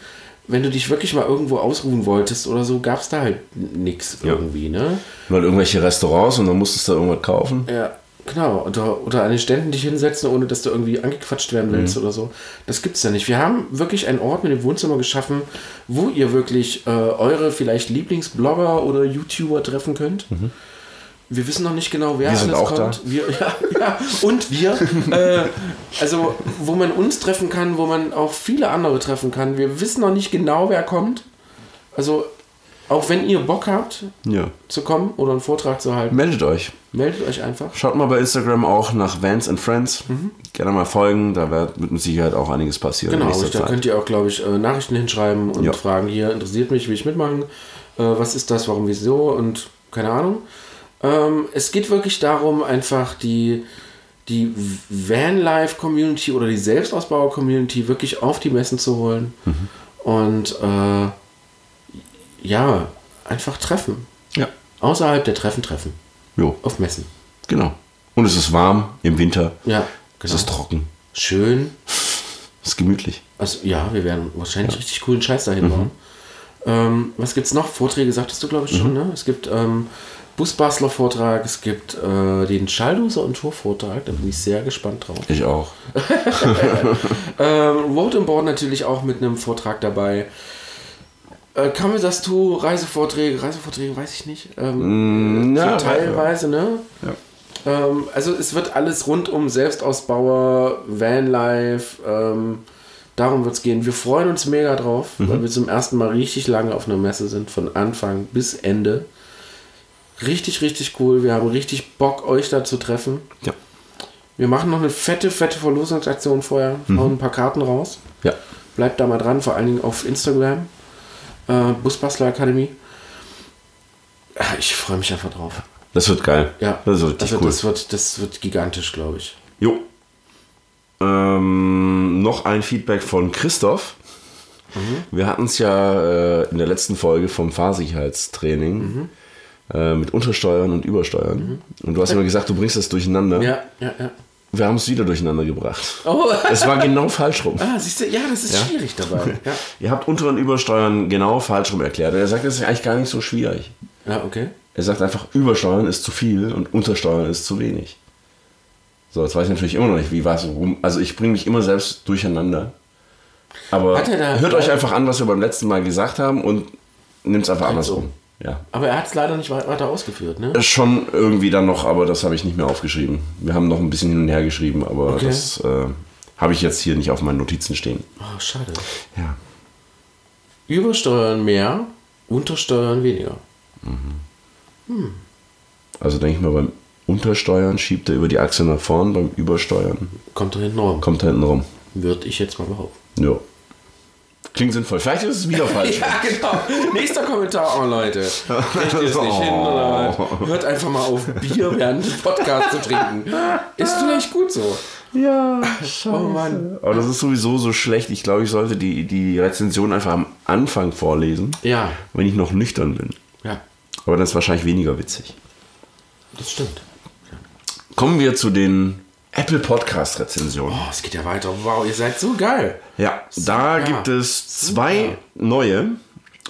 Speaker 2: wenn du dich wirklich mal irgendwo ausruhen wolltest oder so, gab es da halt nichts irgendwie, ne?
Speaker 1: Und halt irgendwelche Restaurants und dann musstest du irgendwas kaufen.
Speaker 2: Ja, genau. Oder, oder an den Ständen dich hinsetzen, ohne dass du irgendwie angequatscht werden willst
Speaker 1: Mhm.
Speaker 2: oder so. Das gibt's ja nicht. Wir haben wirklich einen Ort mit dem Wohnzimmer geschaffen, wo ihr wirklich äh, eure vielleicht Lieblingsblogger oder YouTuber treffen könnt. Wir wissen noch nicht genau, wer
Speaker 1: Mhm. Wir sind
Speaker 2: alles
Speaker 1: auch da.
Speaker 2: kommt. Wir, *laughs* ja, ja, und wir. äh, also, wo man uns treffen kann, wo man auch viele andere treffen kann. Wir wissen noch nicht genau, wer kommt. Also, auch wenn ihr Bock habt,
Speaker 1: Ja.
Speaker 2: zu kommen oder einen Vortrag zu halten,
Speaker 1: Meldet euch.
Speaker 2: meldet euch einfach.
Speaker 1: Schaut mal bei Instagram auch nach Vans and Friends. Gerne mal folgen, da wird mit Sicherheit auch einiges passieren. in
Speaker 2: Mhm. Genau,
Speaker 1: nächster
Speaker 2: und da
Speaker 1: Zeit.
Speaker 2: könnt ihr auch, glaube ich, äh, Nachrichten hinschreiben und
Speaker 1: Ja.
Speaker 2: fragen, hier interessiert mich, will ich mitmachen, äh, was ist das, warum, wieso und keine Ahnung. Ähm, es geht wirklich darum, einfach die, die Vanlife-Community oder die Selbstausbauer-Community wirklich auf die Messen zu holen
Speaker 1: Mhm.
Speaker 2: und äh, ja, einfach treffen.
Speaker 1: Ja.
Speaker 2: Außerhalb der Treffen treffen.
Speaker 1: Jo,
Speaker 2: Auf Messen.
Speaker 1: genau. Und es ist warm im Winter.
Speaker 2: Ja,
Speaker 1: Es ist trocken.
Speaker 2: Schön.
Speaker 1: Es ist gemütlich.
Speaker 2: Also, ja, wir werden wahrscheinlich richtig coolen Scheiß dahin machen. Ähm, was gibt's noch? Vorträge sagtest du, glaube ich, schon, ne? Es gibt ähm, Busbastler-Vortrag, es gibt äh, den Schalldoser- und Tour-Vortrag, da bin ich sehr gespannt drauf.
Speaker 1: Ich auch.
Speaker 2: Ähm, Road and Board natürlich auch mit einem Vortrag dabei. Äh, kann man das tun? Reisevorträge, Reisevorträge, weiß ich nicht. Ähm,
Speaker 1: ja,
Speaker 2: so teilweise, ne?
Speaker 1: Ja.
Speaker 2: Ähm, also es wird alles rund um Selbstausbauer, Vanlife, ähm, darum wird es gehen. Wir freuen uns mega drauf, weil wir zum ersten Mal richtig lange auf einer Messe sind, von Anfang bis Ende. Richtig, richtig cool. Wir haben richtig Bock, euch da zu treffen.
Speaker 1: Ja.
Speaker 2: Wir machen noch eine fette, fette Verlosungsaktion vorher. Hauen ein paar Karten raus.
Speaker 1: Ja.
Speaker 2: Bleibt da mal dran, vor allen Dingen auf Instagram. Äh, Busbastler Akademie. Ah, Ich freue mich einfach drauf.
Speaker 1: Das wird geil.
Speaker 2: Ja,
Speaker 1: Das wird richtig
Speaker 2: also
Speaker 1: cool.
Speaker 2: das, wird, das wird gigantisch, glaube ich.
Speaker 1: Jo. Ähm, noch ein Feedback von Christoph.
Speaker 2: Mhm.
Speaker 1: Wir hatten es ja äh, in der letzten Folge vom Fahrsicherheitstraining
Speaker 2: Mhm.
Speaker 1: äh, mit Untersteuern und Übersteuern. Und du hast immer gesagt, du bringst das durcheinander.
Speaker 2: Ja, ja, ja.
Speaker 1: Wir haben es wieder durcheinander gebracht.
Speaker 2: Oh,
Speaker 1: Es war genau falsch rum.
Speaker 2: ah, siehst du, ja, das ist schwierig
Speaker 1: *laughs*
Speaker 2: dabei. Ja,
Speaker 1: Ihr habt Unter- und Übersteuern genau falsch rum erklärt. Und er sagt, das ist eigentlich gar nicht so schwierig.
Speaker 2: ja okay.
Speaker 1: Er sagt einfach, Übersteuern ist zu viel und Untersteuern ist zu wenig. So, jetzt weiß ich natürlich immer noch nicht, wie war es rum. Also ich bringe mich immer selbst durcheinander. Aber
Speaker 2: Hat er da-
Speaker 1: hört euch einfach an, was wir beim letzten Mal gesagt haben und nimmt es einfach
Speaker 2: Halt um.
Speaker 1: andersrum. Ja.
Speaker 2: Aber er hat es leider nicht wei- weiter ausgeführt, ne?
Speaker 1: Ist Schon irgendwie dann noch, aber das habe ich nicht mehr aufgeschrieben. Wir haben noch ein bisschen hin und her geschrieben, aber
Speaker 2: Okay.
Speaker 1: das äh, habe ich jetzt hier nicht auf meinen Notizen stehen.
Speaker 2: Oh, schade.
Speaker 1: Ja.
Speaker 2: Übersteuern mehr, untersteuern weniger.
Speaker 1: Also denke ich mal, beim Untersteuern schiebt er über die Achse nach vorn, beim Übersteuern
Speaker 2: Kommt doch hinten rum.
Speaker 1: kommt er hinten rum.
Speaker 2: Würde ich jetzt mal behaupten.
Speaker 1: Ja. Klingt sinnvoll. Vielleicht ist es wieder
Speaker 2: *laughs*
Speaker 1: falsch.
Speaker 2: Ja, genau. Nächster Kommentar, oh Leute. Kriegt ihr es nicht hin oder was? Hört einfach mal auf, Bier während des Podcasts zu trinken. Ist vielleicht gut so.
Speaker 1: Ja, scheiße.
Speaker 2: Oh Mann.
Speaker 1: Aber das ist sowieso so schlecht. Ich glaube, ich sollte die, die Rezension einfach am Anfang vorlesen,
Speaker 2: Ja,
Speaker 1: wenn ich noch nüchtern bin.
Speaker 2: ja,
Speaker 1: Aber das ist wahrscheinlich weniger witzig.
Speaker 2: das stimmt.
Speaker 1: Kommen wir zu den Apple Podcast Rezensionen.
Speaker 2: Oh, es geht ja weiter. Wow, ihr seid so geil.
Speaker 1: Ja, da
Speaker 2: Super.
Speaker 1: gibt es zwei neue.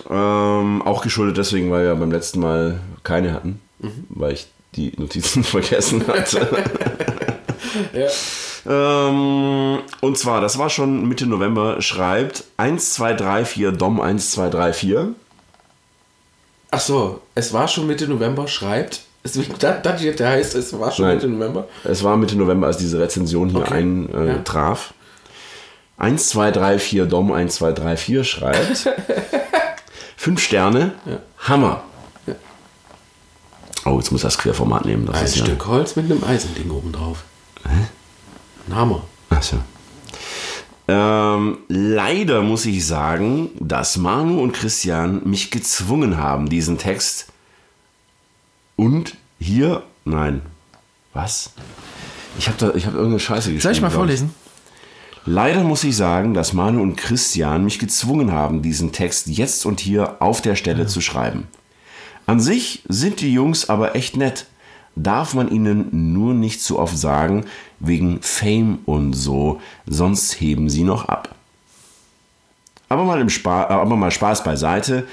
Speaker 1: Ähm, auch geschuldet deswegen, weil wir beim letzten Mal keine hatten, weil ich die Notizen *laughs* vergessen hatte. ähm, und zwar, das war schon Mitte November, schreibt 1234 Dom 1234.
Speaker 2: Ach so, es war schon Mitte November, schreibt. Deswegen, das, *laughs* das hier, der heißt, es war schon
Speaker 1: Nein.
Speaker 2: Mitte November.
Speaker 1: Es war Mitte November, als diese Rezension hier
Speaker 2: Okay.
Speaker 1: eintraf. Äh,
Speaker 2: Ja.
Speaker 1: traf. 1234 Dom 1234
Speaker 2: *laughs*
Speaker 1: schreibt. Fünf Sterne. Hammer. Oh, jetzt muss er das Querformat nehmen. Das
Speaker 2: Ein
Speaker 1: ist ja.
Speaker 2: Stück Holz mit einem Eisending oben drauf. Ein Hammer.
Speaker 1: Ach so. Ähm, leider muss ich sagen, dass Manu und Christian mich gezwungen haben, diesen Text und hier, nein, was? Ich habe da, ich habe irgendeine Scheiße geschrieben.
Speaker 2: Soll ich mal
Speaker 1: glaub
Speaker 2: vorlesen?
Speaker 1: Leider muss ich sagen, dass Manu und Christian mich gezwungen haben, diesen Text jetzt und hier auf der Stelle zu schreiben. An sich sind die Jungs aber echt nett. Darf man ihnen nur nicht zu oft sagen, wegen Fame und so, sonst heben sie noch ab. Aber mal, im Spa äh, aber mal Spaß beiseite.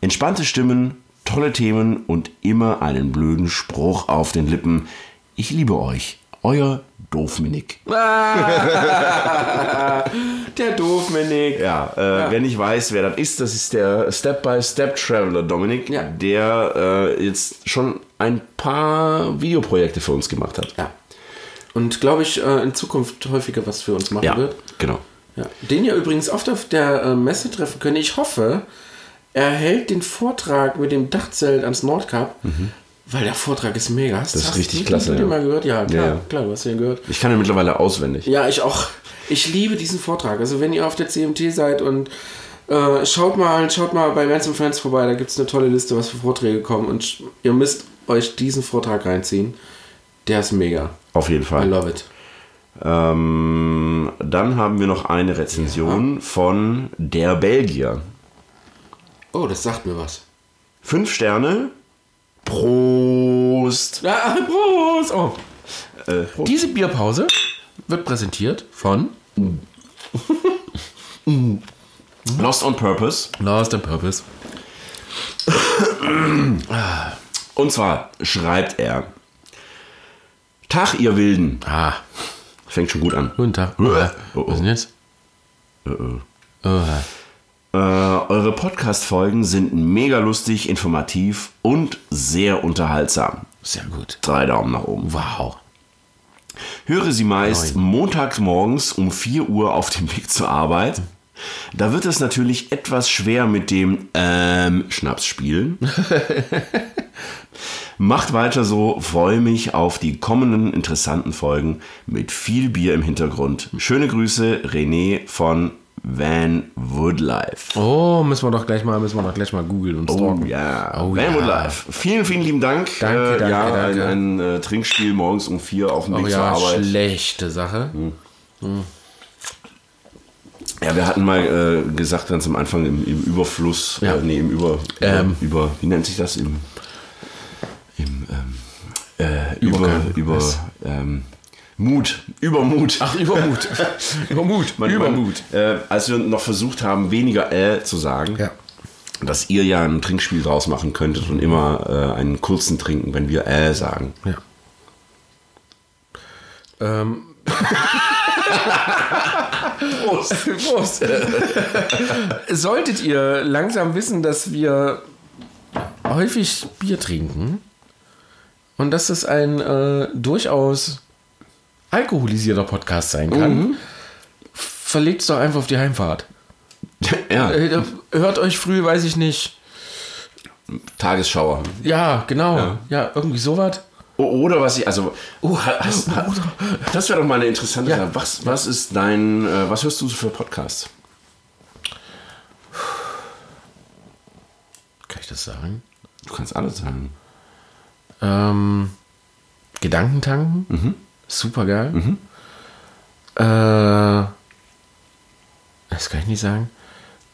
Speaker 1: Entspannte Stimmen, tolle Themen und immer einen blöden Spruch auf den Lippen. Ich liebe euch. Euer Doofminik.
Speaker 2: Der Doofminik.
Speaker 1: Ja, äh, wer nicht weiß, wer das ist, das ist der Step-by-Step-Traveler Dominik,
Speaker 2: Ja.
Speaker 1: der äh, jetzt schon ein paar Videoprojekte für uns gemacht hat.
Speaker 2: Ja. Und glaube ich, äh, in Zukunft häufiger was für uns machen wird.
Speaker 1: genau.
Speaker 2: Ja. Den ihr übrigens oft auf der äh, Messe treffen könnt. Ich hoffe, er hält den Vortrag mit dem Dachzelt ans Nordkap, weil der Vortrag ist mega. Hast,
Speaker 1: Mhm.
Speaker 2: das
Speaker 1: ist
Speaker 2: hast
Speaker 1: richtig
Speaker 2: du,
Speaker 1: klasse,
Speaker 2: Hast du den
Speaker 1: ja.
Speaker 2: mal gehört? Ja,
Speaker 1: Ja,
Speaker 2: klar,
Speaker 1: ja.
Speaker 2: klar, du hast den gehört.
Speaker 1: Ich kann ihn mittlerweile auswendig.
Speaker 2: Ja, ich auch. Ich liebe diesen Vortrag. Also wenn ihr auf der CMT seid und äh, schaut mal, schaut mal bei Mans and Friends vorbei, da gibt es eine tolle Liste, was für Vorträge kommen. Und sch- ihr müsst euch diesen Vortrag reinziehen. Der ist mega.
Speaker 1: Auf jeden
Speaker 2: I
Speaker 1: Fall.
Speaker 2: love it.
Speaker 1: Ähm, dann haben wir noch eine Rezension von der Belgier.
Speaker 2: Oh, das sagt mir was.
Speaker 1: Fünf Sterne, Prost!
Speaker 2: Ah, Prost! Oh.
Speaker 1: Äh, Prost.
Speaker 2: Diese Bierpause wird präsentiert von
Speaker 1: Lost on Purpose.
Speaker 2: Lost and Purpose.
Speaker 1: Und zwar schreibt er: Tag, ihr Wilden.
Speaker 2: Ah,
Speaker 1: Fängt schon gut an. Äh,
Speaker 2: guten Tag.
Speaker 1: oh.
Speaker 2: Was ist denn jetzt? Uah.
Speaker 1: Äh, eure Podcast-Folgen sind mega lustig, informativ und sehr unterhaltsam.
Speaker 2: Sehr gut.
Speaker 1: Drei Daumen nach oben.
Speaker 2: Wow.
Speaker 1: Höre sie meist montags morgens um 4 Uhr auf dem Weg zur Arbeit. Da wird es natürlich etwas schwer mit dem ähm, Schnaps spielen. Macht weiter so, freue mich auf die kommenden interessanten Folgen mit viel Bier im Hintergrund. Schöne Grüße, René von Van Woodlife.
Speaker 2: Oh, müssen wir doch gleich mal, müssen wir doch gleich mal googeln und
Speaker 1: Oh
Speaker 2: stalken.
Speaker 1: ja,
Speaker 2: Oh
Speaker 1: Van
Speaker 2: ja.
Speaker 1: Woodlife. Vielen, vielen lieben Dank. Äh,
Speaker 2: Danke, danke,
Speaker 1: ja,
Speaker 2: danke.
Speaker 1: ein, ein äh, Trinkspiel morgens um 4 auf dem Weg
Speaker 2: Oh
Speaker 1: zur
Speaker 2: ja,
Speaker 1: Arbeit.
Speaker 2: schlechte Sache.
Speaker 1: Ja, wir hatten mal äh, gesagt ganz am Anfang im, im Überfluss,
Speaker 2: Ja.
Speaker 1: äh, nee, im Über,
Speaker 2: Ähm.
Speaker 1: über, wie nennt sich das? Im, im ähm, äh, über,
Speaker 2: Übergang.
Speaker 1: über ähm, Mut, Übermut. *laughs*
Speaker 2: Ach, Übermut. Übermut.
Speaker 1: Man-
Speaker 2: Übermut.
Speaker 1: Man, äh, als wir noch versucht haben, weniger äh zu sagen,
Speaker 2: Ja.
Speaker 1: dass ihr ja ein Trinkspiel draus machen könntet und immer äh, einen kurzen trinken, wenn wir äh sagen.
Speaker 2: Ja. Ähm. Prost. Prost. *laughs* Solltet ihr langsam wissen, dass wir häufig Bier trinken und dass es ein äh, durchaus alkoholisierter Podcast sein kann, verlegt es doch einfach auf die Heimfahrt.
Speaker 1: *laughs* ja,
Speaker 2: Äh, Hört euch früh, weiß ich nicht.
Speaker 1: Tagesschauer.
Speaker 2: Ja, genau. Ja, irgendwie sowas.
Speaker 1: O- Oder was ich, also, oh, hast, das wäre doch mal eine interessante
Speaker 2: Ja.
Speaker 1: Sache. Was, was ist dein, äh, was hörst du so für Podcasts?
Speaker 2: Kann ich das sagen?
Speaker 1: Du kannst alles sagen.
Speaker 2: Ähm, Gedanken tanken. Super geil. Äh, das kann ich nicht sagen.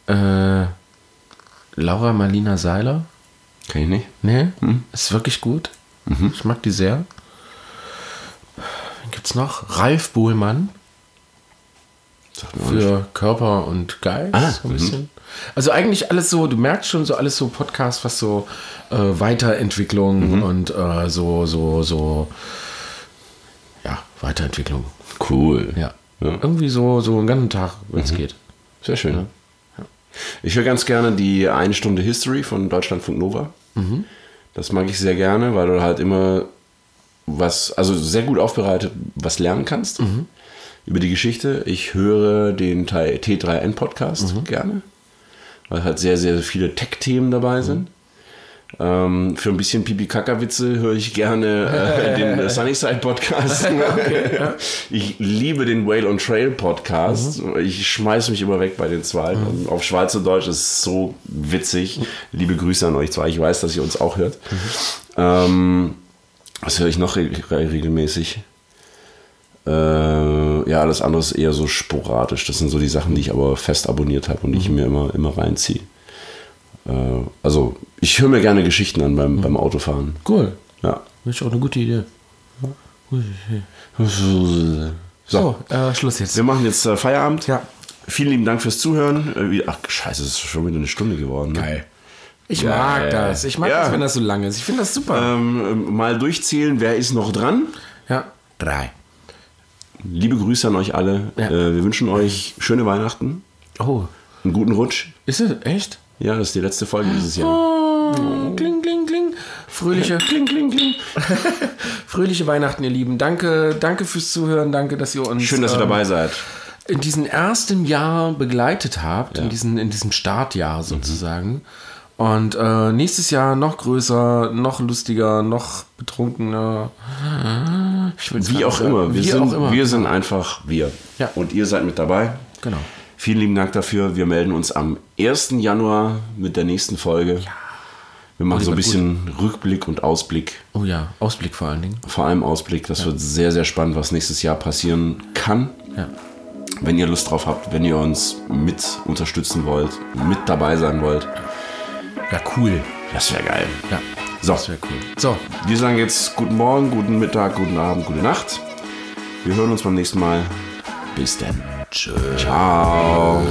Speaker 2: Äh, Laura Marlina Seiler.
Speaker 1: Kann ich nicht.
Speaker 2: Nee, ist wirklich gut. Ich mag die sehr. Wen gibt's noch? Ralf Bohlmann
Speaker 1: Sag mir auch nicht.
Speaker 2: für Körper und Geist.
Speaker 1: Ah,
Speaker 2: so ein bisschen. Also eigentlich alles so, du merkst schon so alles so Podcast, was so äh, Weiterentwicklung
Speaker 1: Mhm.
Speaker 2: und äh, so, so, so, ja, Weiterentwicklung.
Speaker 1: Cool.
Speaker 2: Ja.
Speaker 1: Ja. Mhm.
Speaker 2: Irgendwie so, so einen ganzen Tag, wenn es geht.
Speaker 1: Sehr schön. ne? Ich höre ganz gerne die eine Stunde History von Deutschlandfunk Nova. Das mag ich sehr gerne, weil du halt immer was, also sehr gut aufbereitet, was lernen kannst über die Geschichte. Ich höre den Teil T3N Podcast gerne, weil halt sehr, sehr viele Tech-Themen dabei sind. Ähm, für ein bisschen Pipi-Kaka-Witze höre ich gerne äh, den äh, Sunnyside-Podcast. Ich liebe den Whale on Trail Podcast. Ich schmeiß mich immer weg bei den zwei. Und Auf Schweizerdeutsch ist es so witzig. Liebe Grüße an euch zwei. Ich weiß, dass ihr uns auch hört. Ähm, was höre ich noch re re regelmäßig? Äh, ja, alles andere ist eher so sporadisch. Das sind so die Sachen, die ich aber fest abonniert habe und die ich mir immer, immer reinziehe. Äh, also, ich höre mir gerne Geschichten an beim, beim Autofahren.
Speaker 2: Cool.
Speaker 1: Ja.
Speaker 2: Das ist auch eine gute Idee.
Speaker 1: So,
Speaker 2: So, äh, Schluss jetzt.
Speaker 1: wir machen jetzt äh, Feierabend.
Speaker 2: Ja.
Speaker 1: Vielen lieben Dank fürs Zuhören. Äh, wie- Ach, scheiße, es ist schon wieder eine Stunde geworden. Ne?
Speaker 2: Geil. Ich
Speaker 1: Ja,
Speaker 2: mag
Speaker 1: ja, ja.
Speaker 2: das. Ich mag
Speaker 1: Ja.
Speaker 2: das, wenn das so lang ist. Ich finde das super.
Speaker 1: Ähm, ähm, mal durchzählen, wer ist noch dran?
Speaker 2: ja. Drei.
Speaker 1: Liebe Grüße an euch alle.
Speaker 2: Ja.
Speaker 1: Äh, wir wünschen euch schöne Weihnachten,
Speaker 2: Oh.
Speaker 1: einen guten Rutsch.
Speaker 2: Ist es echt?
Speaker 1: Ja, das ist die letzte Folge dieses Jahr.
Speaker 2: Oh, kling, kling, kling.
Speaker 1: *laughs*
Speaker 2: Fröhliche, kling, kling, kling. Fröhliche Weihnachten, ihr Lieben. Danke, danke fürs Zuhören. Danke, dass ihr uns
Speaker 1: Schön, dass ihr
Speaker 2: ähm,
Speaker 1: dabei seid.
Speaker 2: in diesem ersten Jahr begleitet habt, in, diesen, in diesem
Speaker 1: Mhm.
Speaker 2: Startjahr sozusagen. Und äh, nächstes Jahr noch größer, noch lustiger, noch betrunkener. Ich will's
Speaker 1: Wie
Speaker 2: gar
Speaker 1: auch
Speaker 2: nicht
Speaker 1: immer.
Speaker 2: sagen.
Speaker 1: Wir,
Speaker 2: Wie
Speaker 1: sind,
Speaker 2: auch immer.
Speaker 1: wir sind einfach wir.
Speaker 2: Ja.
Speaker 1: Und ihr seid mit dabei.
Speaker 2: Genau.
Speaker 1: Vielen lieben Dank dafür. Wir melden uns am 1. Januar mit der nächsten Folge. Wir machen so ein
Speaker 2: wird
Speaker 1: bisschen Rückblick und Ausblick.
Speaker 2: Oh ja, Ausblick vor allen Dingen.
Speaker 1: Vor allem Ausblick. Das wird sehr, sehr spannend, was nächstes Jahr passieren kann.
Speaker 2: Ja.
Speaker 1: Wenn ihr Lust drauf habt, wenn ihr uns mit unterstützen wollt, mit dabei sein wollt,
Speaker 2: Ja, cool.
Speaker 1: das wäre geil.
Speaker 2: Ja.
Speaker 1: So,
Speaker 2: Das wäre cool. So,
Speaker 1: wir sagen jetzt guten Morgen, guten Mittag, guten Abend, gute Nacht. Wir hören uns beim nächsten Mal. Bis dann. Tschö. Ciao.